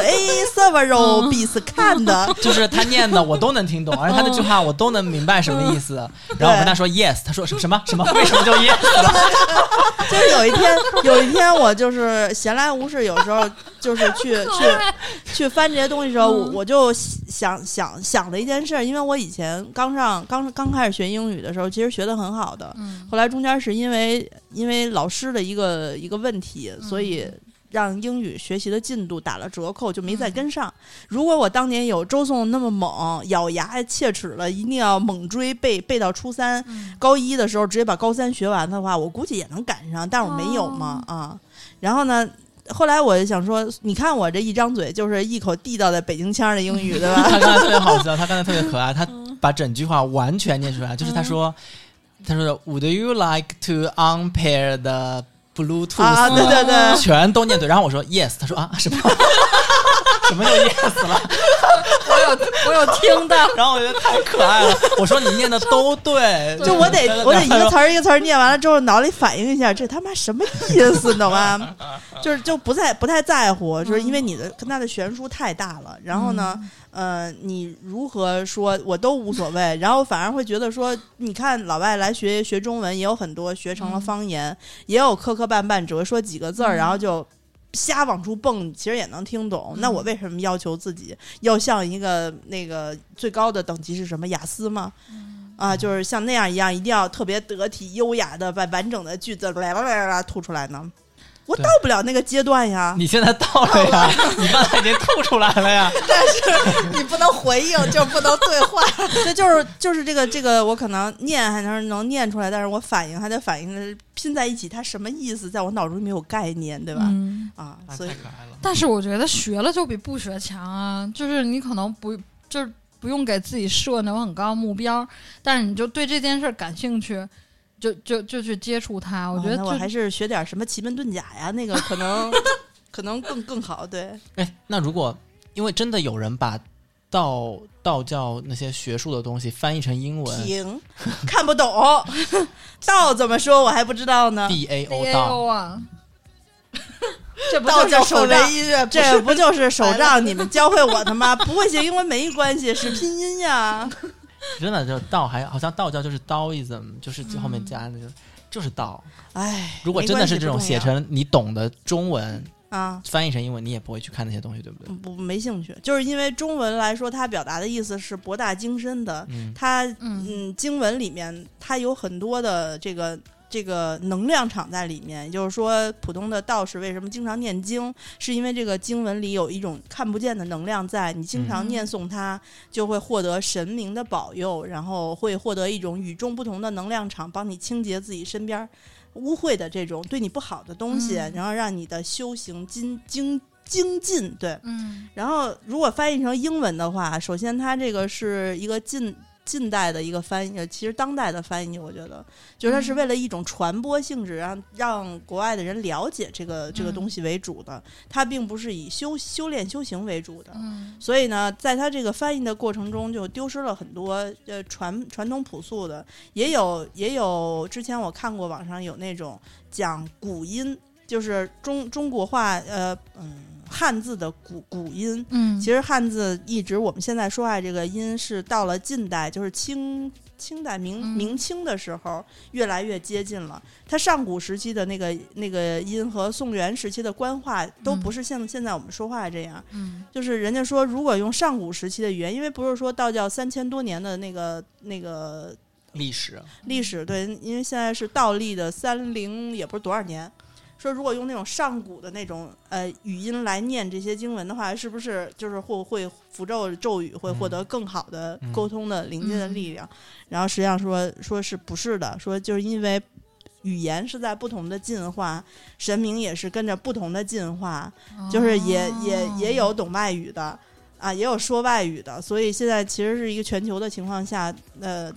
a s e v e r a
嗯
b i s 看的。
就是他念的我都能听懂，而且他那句话我都能明白什么意思。然后我跟他说 yes，他说什么什么什么，为什么叫 yes？
就是有一天，有一天我就是闲来无事，有时候就是 去去去翻这些东西的时候，我
嗯
我就想想想了一件事儿，因为我以前刚上刚刚开始学英语的时候，其实学的很好的，
嗯
后来中间是因为因为老师的一个一个问题，所以。
嗯
让英语学习的进度打了折扣，就没再跟上。如果我当年有周颂那么猛，咬牙切齿了，一定要猛追背背到初三、
嗯
高一的时候直接把高三学完的话，我估计也能赶上，但是我没有嘛、啊。然后呢，后来我就想说，你看我这一张嘴就是一口地道的北京腔儿的英语，对吧？
他刚才特别好笑，他刚才特别可爱，他
嗯
把整句话完全念出来，就是他说，他说 Would you like to unpair the Bluetooth？
啊，对对对，
全都念对。然后我说 yes，他说啊什么？ 什么叫 yes 了？
我有我有听到，
然后我觉得太可爱了。我说你念的都对，
就我得我得一个
然
词
后
儿一个词儿念完了之后，脑里反应一下，这他妈什么意思，你懂吗？就是就不在不太在乎，就是因为你的跟他的悬殊太大了。然后呢，呃，你如何说我都无所谓，然后反而会觉得说，你看老外来学学中文，也有很多学成了方言，也有磕磕绊绊，只会说几个字儿，
嗯
然后就。瞎往出蹦，其实也能听懂。那我为什么要求自己要像一个那个最高的等级是什么雅思吗？
嗯
啊，就是像那样一样，一定要特别得体、优雅的把完整的句子啦啦啦啦吐出来呢？我
对
到不了那个阶段呀。
你现在到了 呀，你刚才已经吐出来了 呀。
但是你不能回应，就不能对 话。
对，就是就是这个这个，我可能念还能能念出来，但是我反应还得反应的拼在一起，它什么意思，在我脑中没有概念，对吧？
嗯。
啊，所以
可爱了。
但是我觉得学了就比不学强啊，就是你可能不就是不用给自己设那种很高的目标，但是你就对这件事儿感兴趣，就就就去接触它。我觉得
啊那
就、
我还是学点什么奇门遁甲呀，那个可 能可能更更好。对，
哎，那如果因为真的有人把道道教那些学术的东西翻译成英文
停，看不懂， 道怎么说我还不知道呢。
，D A O 道，
DAO 啊，
这不
道
就
教
是手
手
杖
雷音乐，
这不就是手账？你们教会我的吗？ 不会写英文没关系，是拼音呀。
真的就是道，还好像道教就是 Daoism，就是后面加那个、就是道。
哎，
如果真的是这种写
没关系
成你懂的中文
不重要啊。
翻译成英文，你也不会去看那些东西，对不对？
不没兴趣，就是因为中文来说，它表达的意思是博大精深的，
嗯，
它
嗯
嗯经文里面它有很多的这个这个能量场在里面，也就是说，普通的道士为什么经常念经，是因为这个经文里有一种看不见的能量在，你经常
嗯
念诵它，就会获得神明的保佑，然后会获得一种与众不同的能量场，帮你清洁自己身边污秽的这种对你不好的东西，
嗯
然后让你的修行精精精进，对。
嗯
然后如果翻译成英文的话，首先它这个是一个近近代的一个翻译，其实当代的翻译，我觉得就是它是为了一种传播性质，让让国外的人了解这个这个
嗯
东西为主的，它并不是以修修炼修行为主的。
嗯
所以呢，在它这个翻译的过程中，就丢失了很多呃传传统朴素的，也有也有之前我看过网上有那种讲古音，就是中中国话呃嗯汉字的古古音。
嗯，
其实汉字一直我们现在说话这个音是到了近代，就是清清代明
嗯
明清的时候越来越接近了。它上古时期的那个那个音和宋元时期的官话都
嗯
不是现现在我们说话这样。
嗯
就是人家说，如果用上古时期的语言，因为不是说道教三千多年的那个那个
历史，
历史，对，因为现在是倒立的三零也不是多少年。说如果用那种上古的那种呃语音来念这些经文的话，是不是就是会会符咒咒语会获得更好的
嗯
沟通的临界的力量？然后实际上说说是不是的？说就是因为语言是在不同的进化，神明也是跟着不同的进化，就是也、
哦
也也有懂外语的啊，也有说外语的，所以现在其实是一个全球的情况下，呃，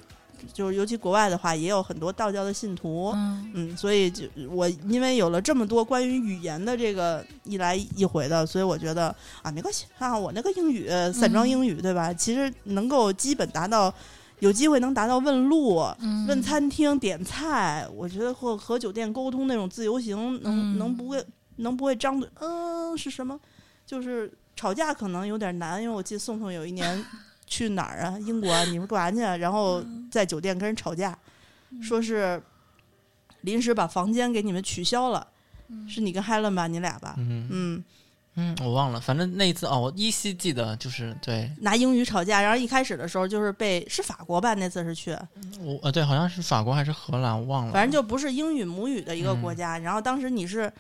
就是尤其国外的话，也有很多道教的信徒。
嗯
嗯，所以就我因为有了这么多关于语言的这个一来一回的，所以我觉得啊，没关系啊，我那个英语散
嗯
装英语、对吧？其实能够基本达到，有机会能达到问路、
嗯
问餐厅点菜，我觉得和和酒店沟通那种自由行，能、
嗯
能不会能不会张嘴，嗯，是什么？就是吵架可能有点难，因为我记得宋宋有一 年去哪儿啊，英国啊，你们干啥去啊？然后
嗯
在酒店跟人吵架，说是临时把房间给你们取消了，
嗯
是你跟 Helen 吧，你俩吧，
嗯
嗯，
嗯，我忘了，反正那一次哦，我依稀记得，就是对
拿英语吵架，然后一开始的时候就是被是法国吧，那次是去，
我呃对，好像是法国还是荷兰，我忘
嗯
了，
反正就不是英语母语的一个国家。然后当时你是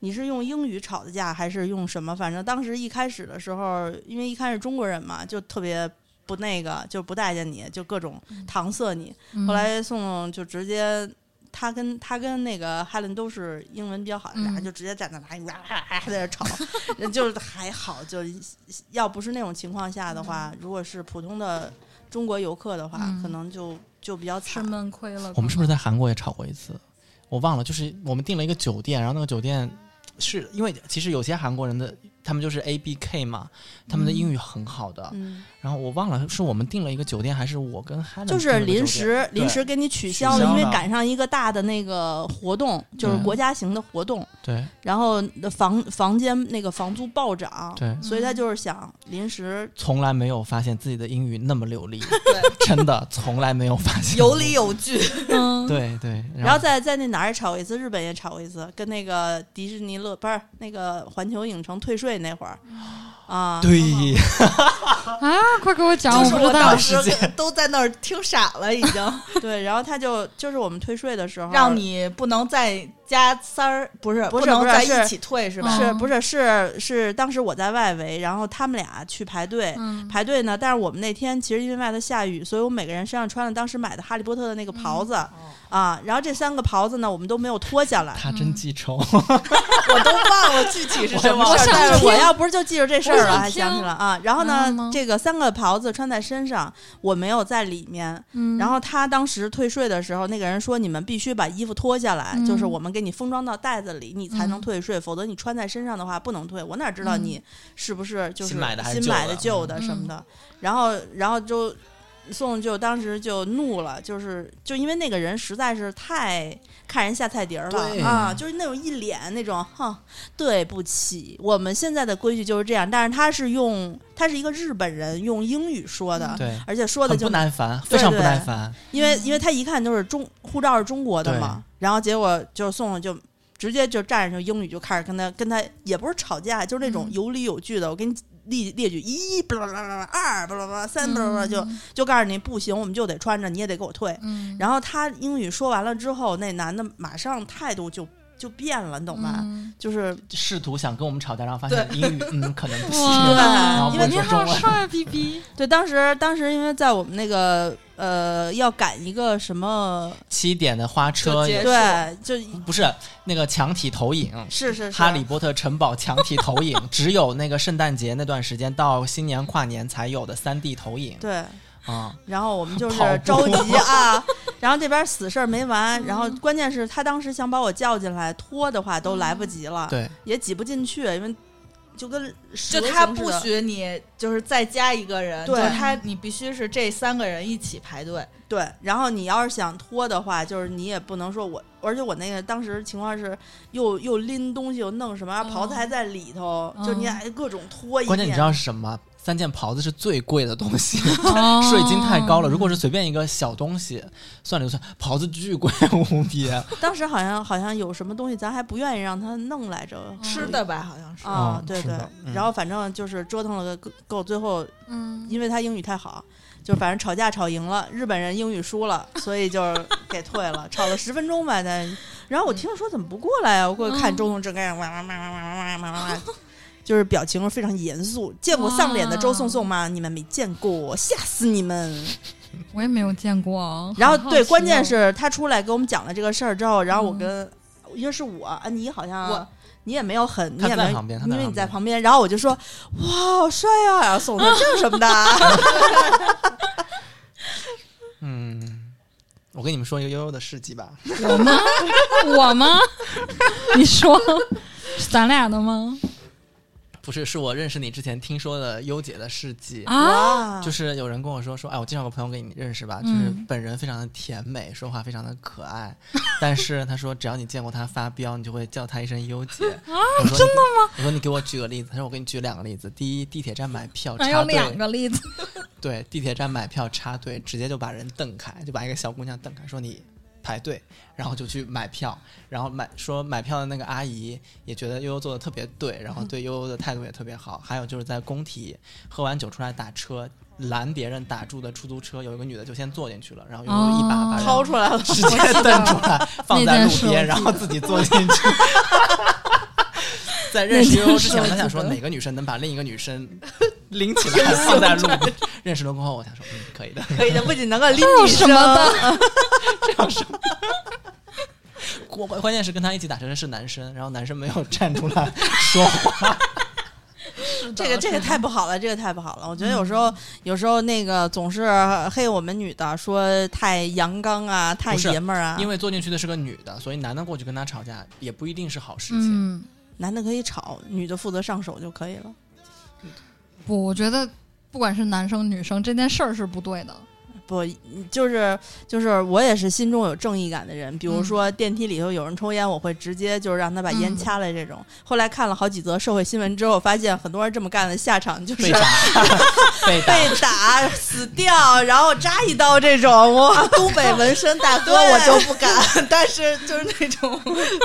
你是用英语吵的架，还是用什么？反正当时一开始的时候，因为一开始中国人嘛，就特别不那个，就不待见你，就各种搪塞你。
嗯
后来宋宋就直接。他跟他跟那个哈伦都是英文比较好，
嗯
俩人就直接站在那里，在那吵， 就是还好，就要不是那种情况下的话，如果是普通的中国游客的话，
嗯
可能就就比较惨
吃。闷亏了。
我们是不是在韩国也吵过一次？我忘了，就是我们订了一个酒店，然后那个酒店是因为其实有些韩国人的他们就是 A B K 嘛，他们的英语很好的，
嗯，
然后我忘了是我们订了一个酒店，还是我跟 Helen
就
订
是
了个酒
临
店
时
对
临时给你取消了，
取消
因
了
为赶上一个大的那个活动，就是
对
国家型的活动，
对
然后房房间那个房租暴
哦
涨，
对，
所以他就是想临时。
从来没有发现自己的英语那么流利，
对
真的从来没有发现
有理有据，
嗯，
对对，
然后在在那哪儿也吵过一次，日本也吵过一次，跟那个迪士尼乐不是那个环球影城退税那会儿
哦
啊，
对，
啊，快给我讲，
就是
不知
哦我
道
当。时都在那儿听傻了，已经
对，然后他就就是我们退税的时候，
让你不能再加三儿，不是
不是
能
不是
在
是
一起退是吧？
是不是是是当时我在外围，然后他们俩去排队，
嗯，
排队呢，但是我们那天其实因为外头下雨，所以我每个人身上穿了当时买的《哈利波特》的那个袍子、啊，然后这三个袍子呢，我们都没有脱下来。
他真记仇，
嗯 我都忘了具体是什么事
我
儿，
想
但
但
是
是我
我
要不是就记着这事儿
我
了，
想
还想起
听
了啊。然后呢，
嗯吗
这个三个袍子穿在身上，我没有在里面。
嗯
然后他当时退税的时候，那个人说：“你们必须把衣服脱下来，
嗯
就是我们给你封装到袋子里，你才能
嗯
退税，否则你穿在身上的话不能退。”我哪知道你是不是就是
新买的还嗯是
新买的
旧
旧
的
的什么
嗯
的？然后，然后就宋就当时就怒了，就是就因为那个人实在是太看人下菜碟儿
对
了啊，就是那种一脸那种哼，对不起，我们现在的规矩就是这样，但是他是用他是一个日本人用英语说的。
对，
而且说的
很
就
不耐烦，非常不
对
耐烦，
因为因为他一看就是中护照是中国的嘛，然后结果就宋宋就直接就站着就英语就开始跟他跟他也不是吵架，就是那种
嗯
有理有据的。我给你列列举一巴拉巴拉巴拉二巴拉巴拉三
嗯
巴拉巴拉就就告诉你不行，我们就得穿着，你也得给我退。
嗯，
然后他英语说完了之后，那男的马上态度就就变了，你懂吧？
嗯
就是
试图想跟我们吵架，然后发现英语嗯可能不行，
对
然后
哇，
不
因为
会
你
说中
好
文，
帅，B B，
对，当时当时因为在我们那个呃要赶一个什么，
七点的花车
就，结束
对，就
不是那个墙体投影，
是是是，
哈利波特城堡墙体投影，只有那个圣诞节那段时间到新年跨年才有的三 D 投影
对。
啊、
然后我们就是
跑步
着 急啊，然后这边死事儿没完，然
嗯
后关键是他当时想把我叫进来，拖的话都来不及了，
嗯对，
也挤不进去，因为就跟
就
蛇
他
形似
不
的
许你就是再加一个人，就
对
是他你必须是这三个人一起排队。
对，然后你要是想拖的话，就是你也不能说我，而且我那个当时情况是又又拎东西又弄什么，然后袍子还在里头，就你
嗯
还各种拖一遍。
嗯关键你知道是什么吗？三件袍子是最贵的东西，
哦
税金太高了。如果是随便一个小东西，算了就算，袍子巨贵无啊比。
当时好像好像有什么东西，咱还不愿意让他弄来着。
嗯吃的吧，好像是。
啊、
嗯
对
是
对
的，嗯
然后反正就是折腾了个够够，最后
嗯，
因为他英语太好，就反正吵架吵赢了，日本人英语输了，所以就给退了，吵了十分钟吧。但然后我听着说怎么不过来啊？我过去看
嗯
周颂正干哇哇哇哇哇哇哇哇哇，就是表情非常严肃。见过丧脸的周颂颂吗？你们没见过，吓死你们！
我也没有见过。啊
然后
好好
对，
奇
关键
哦嗯
是他出来给我们讲了这个事儿之后，然后我跟一个是我，安妮好像
我。
你也没有很，你
他
也
在
没有
旁边他在
因为你
旁
在
边
旁边，然后我就说，哇，好帅啊！然后宋说这有什么的 啊，
嗯，我跟你们说一个悠悠的事迹吧。
我吗？我吗？ 你说是咱俩的吗？
不是，是我认识你之前听说的优姐的事迹。
啊，
哇
就是有人跟我说说，哎，我介绍个朋友给你认识吧，就是
嗯
本人非常的甜美，说话非常的可爱， 但是他说只要你见过他发飙，你就会叫他一声优姐。我说真的吗？我说你给我举个例子，他说我给你举两个例子，第一，地铁站买票
还有
插
哎两
队，
个例子，
对，地铁站买票插队，直接就把人瞪开，就把一个小姑娘瞪开，说你。排队，然后就去买票，然后买说买票的那个阿姨也觉得悠悠做的特别对，然后对悠悠的态度也特别好。还有就是在工体喝完酒出来打车，拦别人打住的出租车，有一个女的就先坐进去了，然后悠悠一把把人
哦掏出来了，
直接蹬出来，放在路边，
那件事我记得
然后自己坐进 去。在认识悠悠之前，我想说哪个女生能把另一个女 生拎起来放在路边。认识了过后，我想说，嗯，可以的，
可以的，不仅能够拎
有
女
什
生，
么的？
关关键是跟他一起打车的是男生，然后男生没有 站出来说话。
这个这个太不好了，这个太不好了。我觉得有时
嗯
候、有时候那个总是黑我们女的，说太阳刚啊，太
不是
爷们儿啊。
因
为
为坐进去的是个女的，所以男的过去跟她吵架也不一定是好事情。
嗯，
男的可以吵，女的负责上手就可以了。
不，我觉得不管是男生女生，这件事儿是不对的。
不，嗯就是就是我也是心中有正义感的人，比如说电梯里头有人抽烟，我会直接就是让他把烟
嗯
掐了这种。后来看了好几则社会新闻之后，发现很多人这么干的下场就是
被打，被打，
被打、死掉，然后扎一刀这种。我
啊
啊
东北纹身大哥
对
我就不敢， 但是就是那种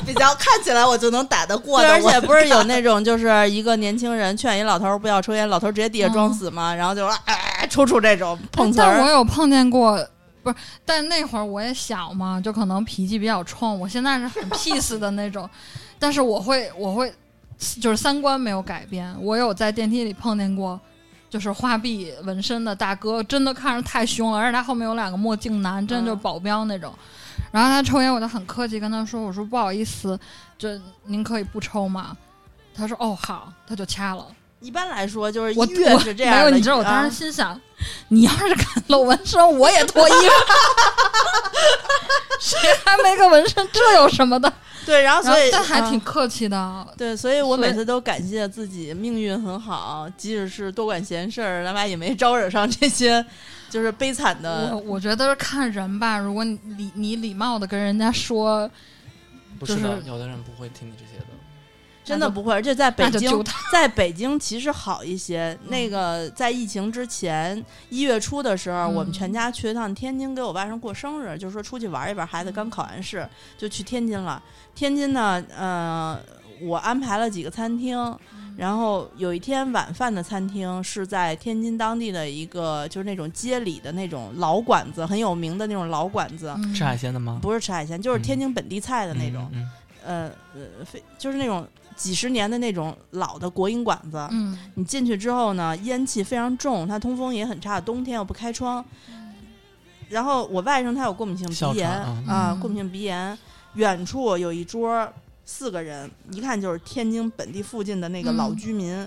比较看起来我就能打得过
对，
的，
而且
我
不是有那种就是一个年轻人劝一老头儿不要抽烟，老头儿直接地下装死嘛，然后就说哎，抽搐这种碰瓷
嗯但
儿
我。有碰见过，不是，但那会儿我也小嘛，就可能脾气比较冲。我现在是很 peace 的那种，但是我会，我会，就是三观没有改变。我有在电梯里碰见过。就是画壁纹身的大哥，真的看着太凶了，而且他后面有两个墨镜男，真的就是
嗯
保镖那种。然后他抽烟，我就很客气跟他说：“我说不好意思，这您可以不抽吗？”他说：“哦，好。”他就掐了。
一般来说就是
我
越
我
是这样的，啊
没有，你知道我当时心想，你要是敢露纹身，我也脱衣服。 谁还没个纹身？这有什么的？
啊对，然后
然后
所以
但还
啊
挺客气的。
对，所以我
所以
每次都感谢自己命运很好，即使是多管闲事儿，咱俩也没招惹上这些就是悲惨
我
的。
我觉得是看人吧，如果你礼你礼貌的跟人家说，
不
就是是
的，有的人不会听你这些的。
真的不会，而且在北
那就
京
揪他，
在北京其实好一些。
嗯
那个在疫情之前一月初的时候，
嗯
我们全家去一趟天津，给我外甥过生日，就说出去玩一玩。孩子刚考完试，就去天津了。天津呢，呃，我安排了几个餐厅。
嗯
然后有一天晚饭的餐厅是在天津当地的一个，就是那种街里的那种老馆子，很有名的那种老馆子，
嗯
吃海鲜的
啊
吗？
不是吃海鲜，就是天津本地菜的那种，
嗯，
呃呃，非就是那种几十年的那种老的国营馆子，
嗯，
你进去之后呢，烟气非常重，它通风也很差，冬天又不开窗，然后我外甥他有过敏性
哮
鼻炎
喘
啊、
嗯
过敏性鼻炎，远处有一桌四个人，一看就是天津本地附近的那个
嗯
老居民，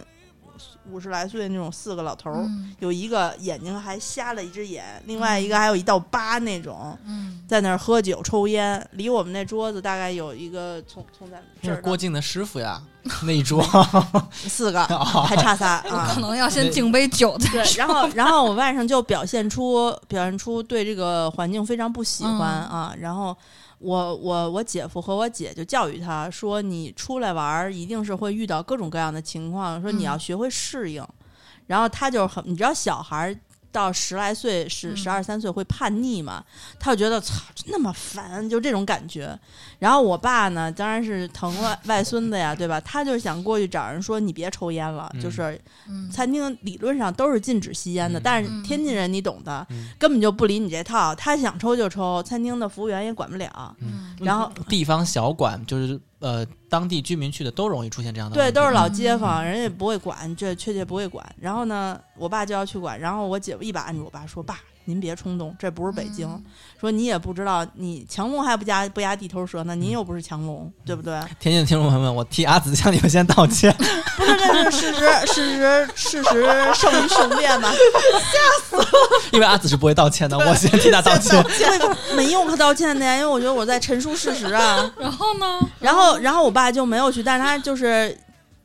五十、来岁那种四个老头儿。
嗯
有一个眼睛还瞎了一只眼，另外一个还有一道疤那种，
嗯，
在那儿喝酒抽烟，离我们那桌子大概有一个从从咱们这
这是
儿
郭
到
靖的师傅 呀，那一桌
四 个，还差仨啊
可。能要先敬杯酒再
对，然后然后我外甥就表现出表现出对这个环境非常不喜欢
嗯
啊，然后。我我我姐夫和我姐就教育他说：“你出来玩儿一定是会遇到各种各样的情况，说你要
嗯
学会适应。然后他就很，你知道小孩儿到十来岁、十
嗯
十二三岁会叛逆嘛，他就觉得操那么烦，就这种感觉。然后我爸呢，当然是疼外外孙子呀，对吧？他就想过去找人说你别抽烟了，
嗯
就是
嗯
餐厅理论上都是禁止吸烟的，
嗯
但是
嗯
天津人你懂的，
嗯
根本就不理你这套，他想抽就抽，餐厅的服务员也管不了。
嗯
然后
地方小馆，就是呃当地居民去的都容易出现这样的问
对，
题。
都是老街坊，人家也不会管，这确切不会管。然后呢，我爸就要去管，然后我姐夫一把按住我爸说：“爸，您别冲动，这不是北京，说你也不知道，你强龙还不压不压地头蛇呢，您又不是强龙，对不对？
天津的听众朋友们，我替阿紫向你们先道歉。
不是，这是事实，事实，事实 胜于雄辩嘛。”
因为阿紫是不会道歉的，我先替她道 歉。
没用可道歉的呀，因为我觉得我在陈述事实啊。
然后呢？
然后，然后我爸就没有去，但是他就是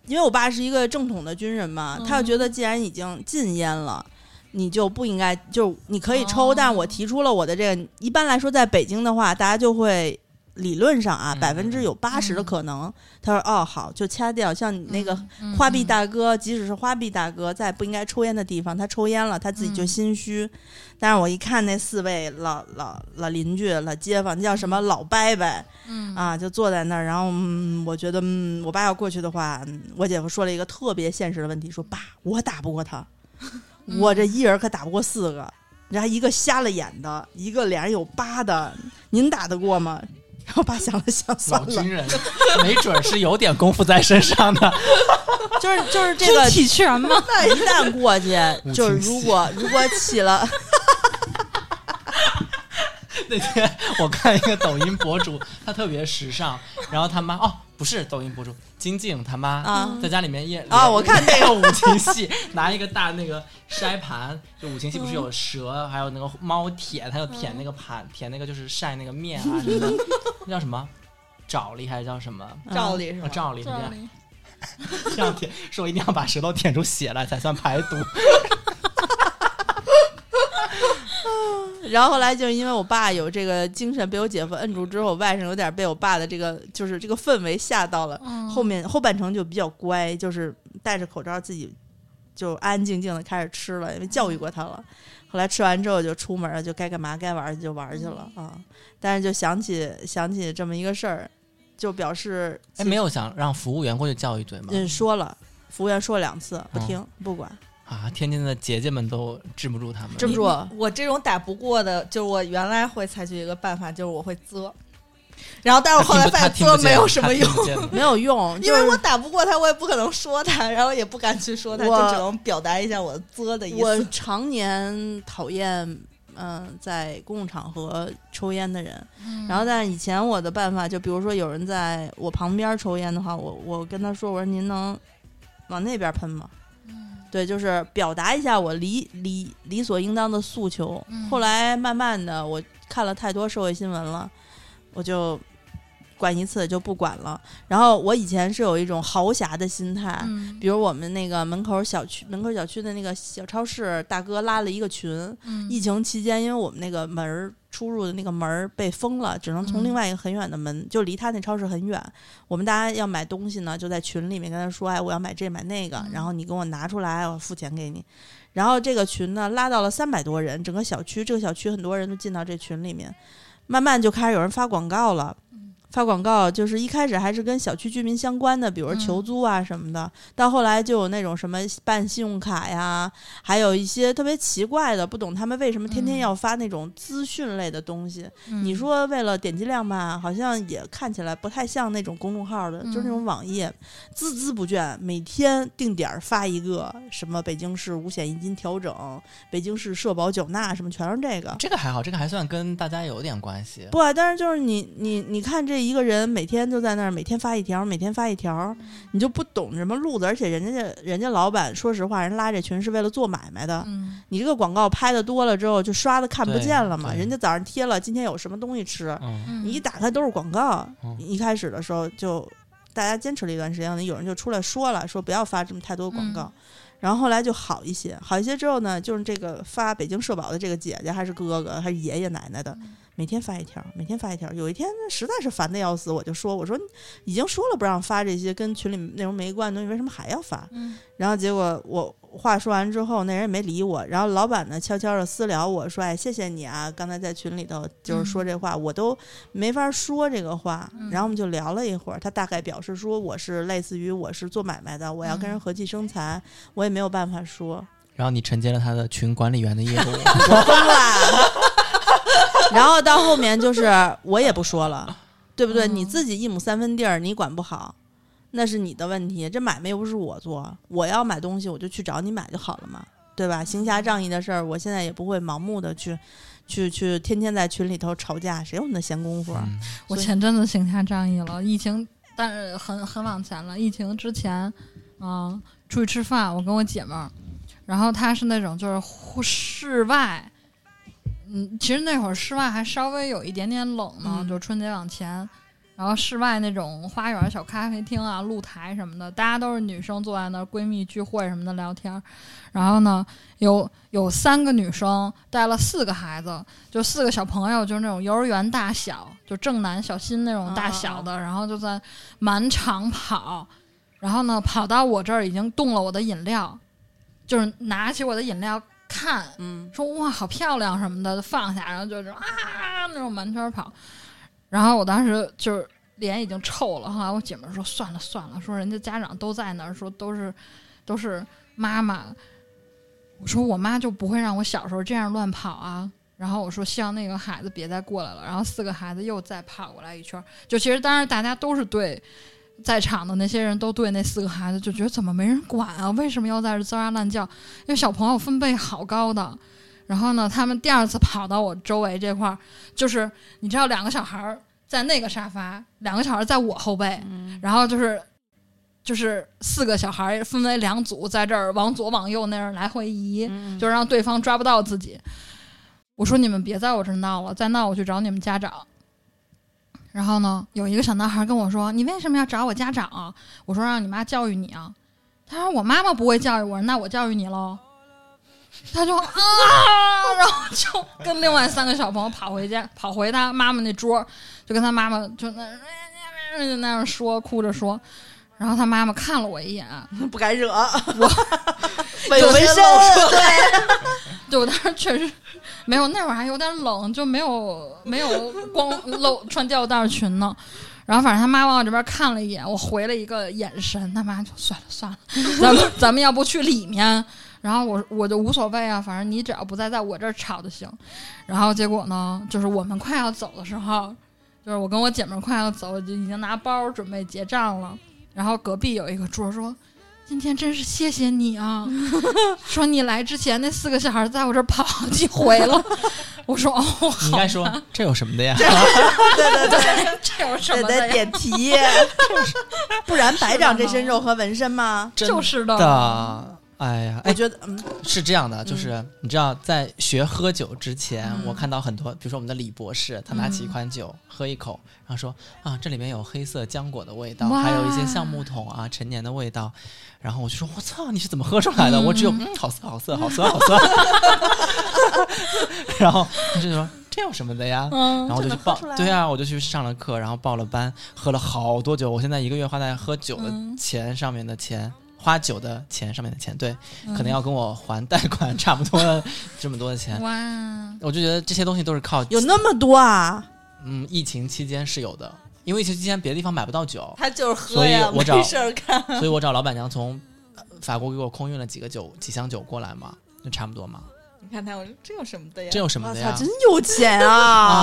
因为我爸是一个正统的军人嘛，
嗯
他就觉得既然已经禁烟了。你就不应该，就你可以抽，
哦
但我提出了我的这个。一般来说，在北京的话，大家就会理论上啊，
嗯
百分之有八十的可能。他说：“哦，好，就掐掉。”像你那个
嗯
花臂大哥，即使是花臂大哥，在不应该抽烟的地方，他抽烟了，他自己就
嗯
心虚。但是我一看那四位老老老邻居、老街坊，叫什么老伯伯
嗯
啊，就坐在那儿。然后、嗯、我觉得，嗯，我爸要过去的话，嗯我姐夫说了一个特别现实的问题，说爸，我打不过 他，
嗯
我这一人可打不过四个，然后一个瞎了眼的，一个脸上有疤的，您打得过吗？然后我爸想了想，算
老
了
军，人，没准儿是有点功夫在身上的。
就是就是这个
体 拳嘛，
那一旦过去
母，
就是
亲
如
戏
果如果起了，
那天我看一个抖音博主，他特别时尚，然后他妈哦，不是抖音博主，金靖他妈
啊
在家里面演
啊我看
那个五禽戏，拿一个大那个筛盘，就五禽戏不是有蛇，还有那个猫舔，还有舔那个盘，舔那个就是晒那个面啊什么的， 那叫什么？爪力还是叫什么？
嗯
照例是
啊，
吧？
赵丽，这
这
样
里
这样舔，说一定要把舌头舔出血来才算排毒。
然后后来就是因为我爸有这个精神被我姐夫摁住之后，我外甥有点被我爸的这个就是这个氛围吓到了，
嗯
后面后半程就比较乖，就是戴着口罩自己就安安静静的开始吃了，因为教育过他了。后来吃完之后就出门了，就该干嘛该玩儿就玩儿去了啊。但是就想起想起这么一个事儿，就表示
哎，没有想让服务员过去叫一顿吗？
嗯说了，服务员说了两次不听不管，
啊，天津的姐姐们都治不住他们。
这么说
我这种打不过的，就是我原来会采取一个办法，就是我会啧，然后但是后来发
他
现
听不
啧
见
没有什么用
他， 听不见的
没有用，
因
就
为
是
我打不过他，我也不可能说他，然后也不敢去说他，就
我
只能表达一下我啧的意
我
思。
常年讨厌嗯、在公共场合抽烟的人，
嗯
然后但是以前我的办法就比如说有人在我旁边抽烟的话，我我跟他说我说您能往那边喷吗？
嗯
对，就是表达一下我理理理所应当的诉求。
嗯
后来慢慢的，我看了太多社会新闻了，我就管一次就不管了。然后我以前是有一种豪侠的心态，
嗯
比如我们那个门口小区，门口小区的那个小超市大哥拉了一个群。
嗯
疫情期间，因为我们那个门儿出入的那个门儿被封了，只能从
嗯
另外一个很远的门，就离他那超市很远。我们大家要买东西呢，就在群里面跟他说：“哎，我要买这买那个，
嗯
然后你给我拿出来，我付钱给你。”然后这个群呢拉到了三百多人，整
嗯
个小区这个小区很多人都进到这群里面，慢慢就开始有人发广告了。发广告，就是一开始还是跟小区居民相关的，比如
嗯
求租啊什么的，到后来就有那种什么办信用卡呀，还有一些特别奇怪的，不懂他们为什么天天
嗯
要发那种资讯类的东西。
嗯
你说为了点击量吧，好像也看起来不太像那种公众号的，就是那
嗯
种网页，孜孜不倦，每天定点儿发一个什么北京市五险一金调整、北京市社保缴纳什么，全是这个。
这个还好，这个还算跟大家有点关系。
不啊，但是就是你你你看这一个人每天就在那儿，每天发一条，每天发一条，
嗯
你就不懂什么路子，而且人家人家老板说实话，人拉这群是为了做买卖的，
嗯
你这个广告拍的多了之后，就刷的看不
对
见了嘛，
对
人家早上贴了今天有什么东西吃，
嗯，
嗯
你一打开都是广告。
嗯
一开始的时候就大家坚持了一段时间，有人就出来说了，说不要发这么太多广
嗯
告。然后后来就好一些，好一些之后呢，就是这个发北京社保的这个姐姐还是哥哥还是爷爷奶奶的，
嗯
每天发一条，每天发一条。有一天实在是烦的要死，我就说，我说已经说了不让发这些跟群里内容没关的东西，为什么还要发？
嗯
然后结果我话说完之后，那人也没理我。然后老板呢，悄悄的私聊我说：“哎，谢谢你啊，刚才在群里头就是说这话，我都没法说这个话。”
嗯
然后我们就聊了一会儿，他大概表示说我是类似于我是做买卖的，我要跟人
嗯
和气生财，我也没有办法说，
然后你承接了他的群管理员的业 务，
我疯了。 然后到后面就是我也不说了，对不对？
嗯
你自己一亩三分地儿，你管不好。那是你的问题，这买卖又不是我做，我要买东西我就去找你买就好了嘛，对吧？行侠仗义的事儿，我现在也不会盲目的去，去去天天在群里头吵架，谁有那闲工夫啊？
嗯
我
所以
前阵子行侠仗义了，疫情，但是很很往前了。疫情之前，啊、出去吃饭，我跟我姐们儿，然后她是那种就是户室外，嗯，其实那会儿室外还稍微有一点点冷呢，
嗯
就春节往前。然后室外那种花园小咖啡厅啊、露台什么的，大家都是女生坐在那儿闺蜜聚会什么的聊天儿。然后呢，有有三个女生带了四个孩子，就四个小朋友，就是那种幼儿园大小，就正南小新那种大小的，然后就在满场跑，然后呢跑到我这儿已经动了我的饮料，就是拿起我的饮料看，
嗯
说哇好漂亮什么的就放下，然后就是啊那种满圈跑，然后我当时就是脸已经臭了，后来我姐们儿说算了算了，说人家家长都在那儿，说都是都是妈妈，我说我妈就不会让我小时候这样乱跑啊。然后我说希望那个孩子别再过来了。然后四个孩子又再跑过来一圈儿，就其实当然大家都是对在场的那些人都对那四个孩子就觉得怎么没人管啊？为什么要在这滋哇乱叫？因为小朋友分贝好高的。然后呢，他们第二次跑到我周围这块儿，就是你知道两个小孩儿在那个沙发，两个小孩儿在我后背，然后就是就是四个小孩儿分为两组，在这儿往左往右那样来回移，
嗯
就是让对方抓不到自己。我说你们别在我这儿闹了，再闹我去找你们家长。然后呢，有一个小男孩跟我说：“你为什么要找我家长啊？”我说：“让你妈教育你啊。”他说：“我妈妈不会教育我。”那我教育你喽。他就啊，然后就跟另外三个小朋友跑回家，跑回他妈妈那桌，就跟他妈妈就那就那样说，哭着说。然后他妈妈看了我一眼，啊
不敢惹，我
有
有
些
纹身，
漏
对我当时确实没有，那会儿还有点冷，就没有没有光露穿吊带裙呢。然后反正他妈往我这边看了一眼，我回了一个眼神，他妈就算了算了，咱们咱们要不去里面？然后我我就无所谓啊，反正你只要不再在我这儿吵就行。然后结果呢，就是我们快要走的时候，就是我跟我姐们儿快要走，就已经拿包准备结账了。然后隔壁有一个桌说：“今天真是谢谢你 啊！”说你来之前那四个小孩在我这儿跑好几回了。 我说哦，
你应
好
该，说这有什么的 呀？
对对对，
这有什
得
么的
得
呀？
点题， 不然白长这身肉和纹身吗？
真
就是的
的。哎呀，
我
哎，
觉得，嗯，
是这样的，就是你知道，在学喝酒之前，
嗯
我看到很多，比如说我们的李博士，他拿起一款酒、喝一口，然后说啊，这里面有黑色浆果的味道，
哇
还有一些橡木桶啊陈年的味道，然后我就说，我操，你是怎么喝出来的？我只有嗯，好涩，好涩，好涩，好涩。 然后他就说这有什么的呀？
嗯，
然后我就去
这能喝
报
出来，
对啊，我就去上了课，然后报了班，喝了好多酒。我现在一个月花在喝酒的
嗯
钱上面的钱，花酒的钱上面的钱，对，
嗯
可能要跟我还贷款 差不多的这么多的钱。
哇，
我就觉得这些东西都是靠
有那么多啊？
嗯，疫情期间是有的，因为疫情期间别的地方买不到酒，
他就是喝
所以
呀，
我找
没事儿干。
所以我找老板娘从呃法国给我空运了几个酒几箱酒过来嘛，就差不多嘛，
你看他，我说这有什么的呀？
这有什么
我
的
操，
呀
啊真？有钱啊！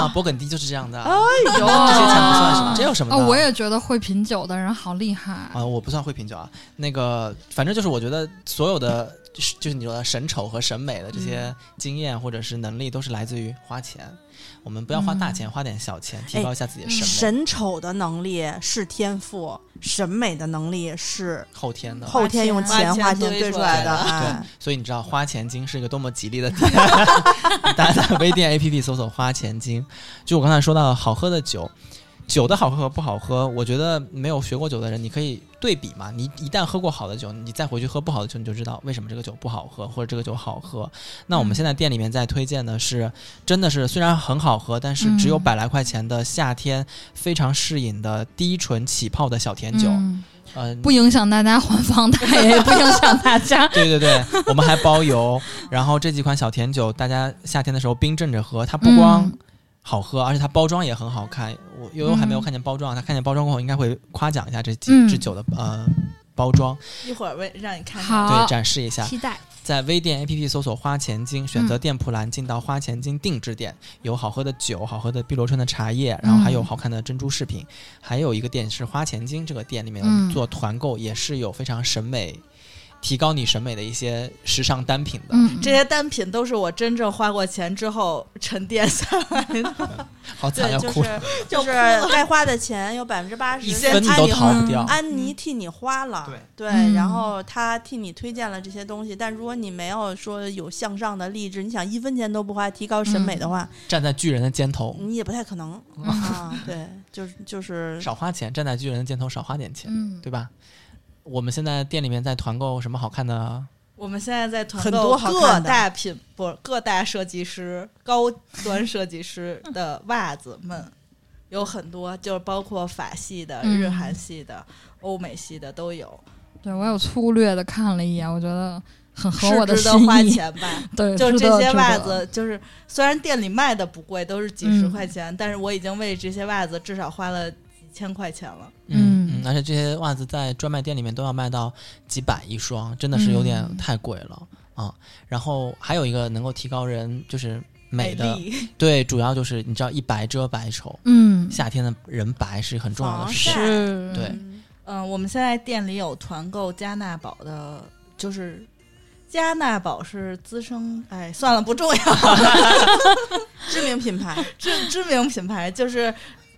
啊，勃艮第就是这样的，
哎呦，
这些钱不
啊
算什么，这有什么
啊，
的？
我也觉得会品酒的人好厉害。
啊，我不算会品酒啊。那个，反正就是我觉得所有的，就是就是你说的审丑和审美的这些经验或者是能力，都是来自于花钱。我们不要花大钱，花点小钱，提高一下自己的审美。
审丑的能力是天赋，审美的能力是
后天的，
后天用
花钱
花钱
堆
堆
出
出
来
来的。
的
哎
对，所以你知道花钱精是一个多么吉利的点。 大家在微店 APP 搜索“花钱精”，就我刚才说到好喝的酒，酒的好喝和不好喝，我觉得没有学过酒的人，你可以对比嘛。你一旦喝过好的酒，你再回去喝不好的酒，你就知道为什么这个酒不好喝或者这个酒好喝。那我们现在店里面在推荐的是，真的是虽然很好喝，但是只有
嗯
百来块钱的夏天非常适饮的低醇起泡的小甜酒。
嗯
嗯，。
不影响大家还房贷，也不影响大 家
对对对，我们还包邮。然后这几款小甜酒，大家夏天的时候冰镇着喝，它不光
嗯
好喝，而且它包装也很好看。我悠悠还没有看见包装，她看见包装过后应该会夸奖一下这几、
嗯
这酒的呃包装，
一会儿为让你看看。
好
对，展示一下。
期待
在微店 APP 搜索“花钱精”，选择店铺栏进到“花钱精定制店”，有好喝的酒、好喝的碧螺春的茶叶，然后还有好看的珍珠饰品，还有一个店是“花钱精”这个店里面我们
嗯
做团购，也是有非常审美。提高你审美的一些时尚单品的，
嗯，
这些单品都是我真正花过钱之后沉淀下来的，
好惨，
对，
要
就
哭了，
是
就
就是该花的钱有百分之八十
一分都逃不掉。
安妮替你花了，
对
对，
嗯
然后她替你推荐了这些东西，但如果你没有说有向上的励志，你想一分钱都不花提高审美的话，
站在巨人的肩头，
你也不太可能
嗯
啊。对，就是就是
少花钱；站在巨人的肩头，少花点钱，
嗯，
对吧？我们现在店里面在团购什么好看的？
我们现在在团
很
购
多好
各
看的
大品不各大设计师、高端设计师的袜子们，有很多，就是包括法系的、
嗯
日韩系的、欧美系的都有，
对我有粗略的看了一眼，我觉得很合我
是
的
值
心
得花
意。
钱 吧？
对，
就
值
这
得
些
值
袜
得
子，就是虽然店里卖的不贵，都是几十
嗯
块钱，但是我已经为这些袜子至少花了几千块钱了。
嗯
嗯
嗯，而且这些袜子在专卖店里面都要卖到几百一双，真的是有点
嗯
太贵了啊。然后还有一个能够提高人就是美的，
丽，
对，主要就是你知道一白遮百丑，
嗯，
夏天的人白是很重要的
防
事
晒
情。
是，
对
嗯
嗯，我们现在店里有团购加纳宝的，就是加纳宝是资生，哎，算了，不重要，
知名品牌，
知知名品牌就是。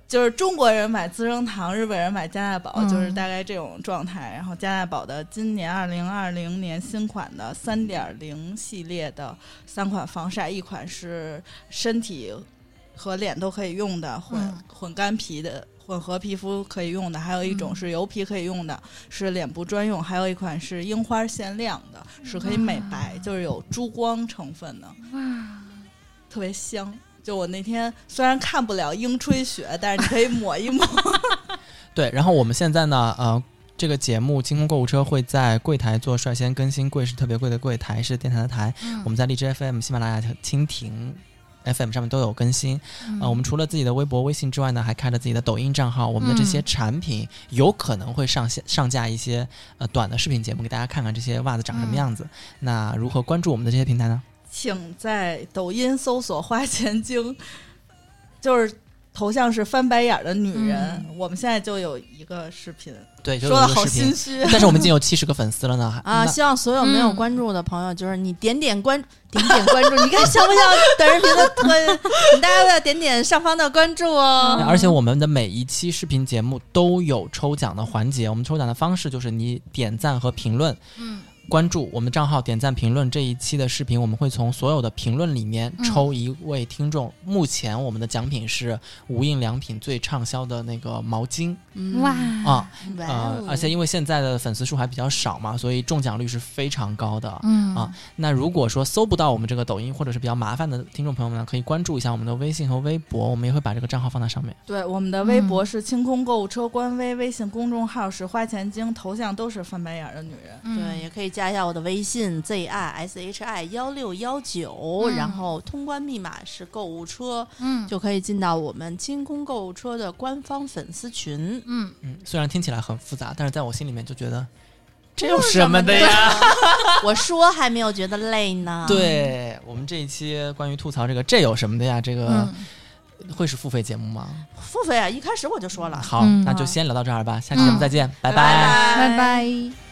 就是中国人买资生堂，日本人买加纳宝，
嗯
就是大概这种状态。然后加纳宝的今年二零二零年新款的三点零系列的三款防晒，一款是身体和脸都可以用的混、
嗯
混干皮的混合皮肤可以用的，还有一种
嗯
是油皮可以用的，是脸部专用，还有一款是樱花限量的，是可以美白，就是有珠光成分的，
哇，
特别香。就我那天虽然看不了樱吹雪，但是你 可以抹一抹。
对，然后我们现在呢，呃，这个节目《清空购物车》会在柜台做率先更新，柜是特别贵的柜，台是电台的台。
嗯
我们在荔枝 FM、喜马拉雅、蜻蜓 FM 上面都有更新。
嗯
啊、我们除了自己的微博、微信之外呢，还开了自己的抖音账号。我们的这些
嗯
产品有可能会上线上架一些呃短的视频节目，给大家看看这些袜子长什么
嗯
样子。那如何关注我们的这些平台呢？
请在抖音搜索“花钱精”，就是头像是翻白眼儿的女人。
嗯
我们现在就有一个视频，
对，就
说的
有一
好
个视
心
频。
虚。啊
但是我们已经有七十个粉丝了呢，还
啊，
那
希望所有没有
嗯
关注的朋友，就是你点点关点点关注，你看像不像短视频的关？请大家要点点上方的关注哦。
而且我们的每一期视频节目都有抽奖的环节，我们抽奖的方式就是你点赞和评论，
嗯，
关注我们账号点赞评论这一期的视频，我们会从所有的评论里面
嗯
抽一位听众。目前我们的奖品是无印良品最畅销的那个毛巾
嗯
哇，
啊，
哇
呃
哦，
而且因为现在的粉丝数还比较少嘛，所以中奖率是非常高的。
嗯
啊，那如果说搜不到我们这个抖音或者是比较麻烦的听众朋友们呢，可以关注一下我们的微信和微博，我们也会把这个账号放在上面。
对，我们的微博是清空购物车官微，微信公众号是花钱精，头像都是翻白眼儿的女人。
嗯
对，也可以加一下我的微信 z i s h i 幺六幺九，
嗯
然后通关密码是购物车，
嗯
就可以进到我们清空购物车的官方粉丝 群。
嗯，
嗯，虽然听起来很复杂，但是在我心里面就觉得这
有
有
什么
么
的
的呀？
我说还没有觉得累呢。，
对我们这一期关于吐槽这个这有什么的呀？这个
嗯
会是付费节目吗？
付费啊，一开始我就说了。
好
嗯，
那就先聊到这儿吧，下期节目再见，
拜
拜拜
拜
拜拜。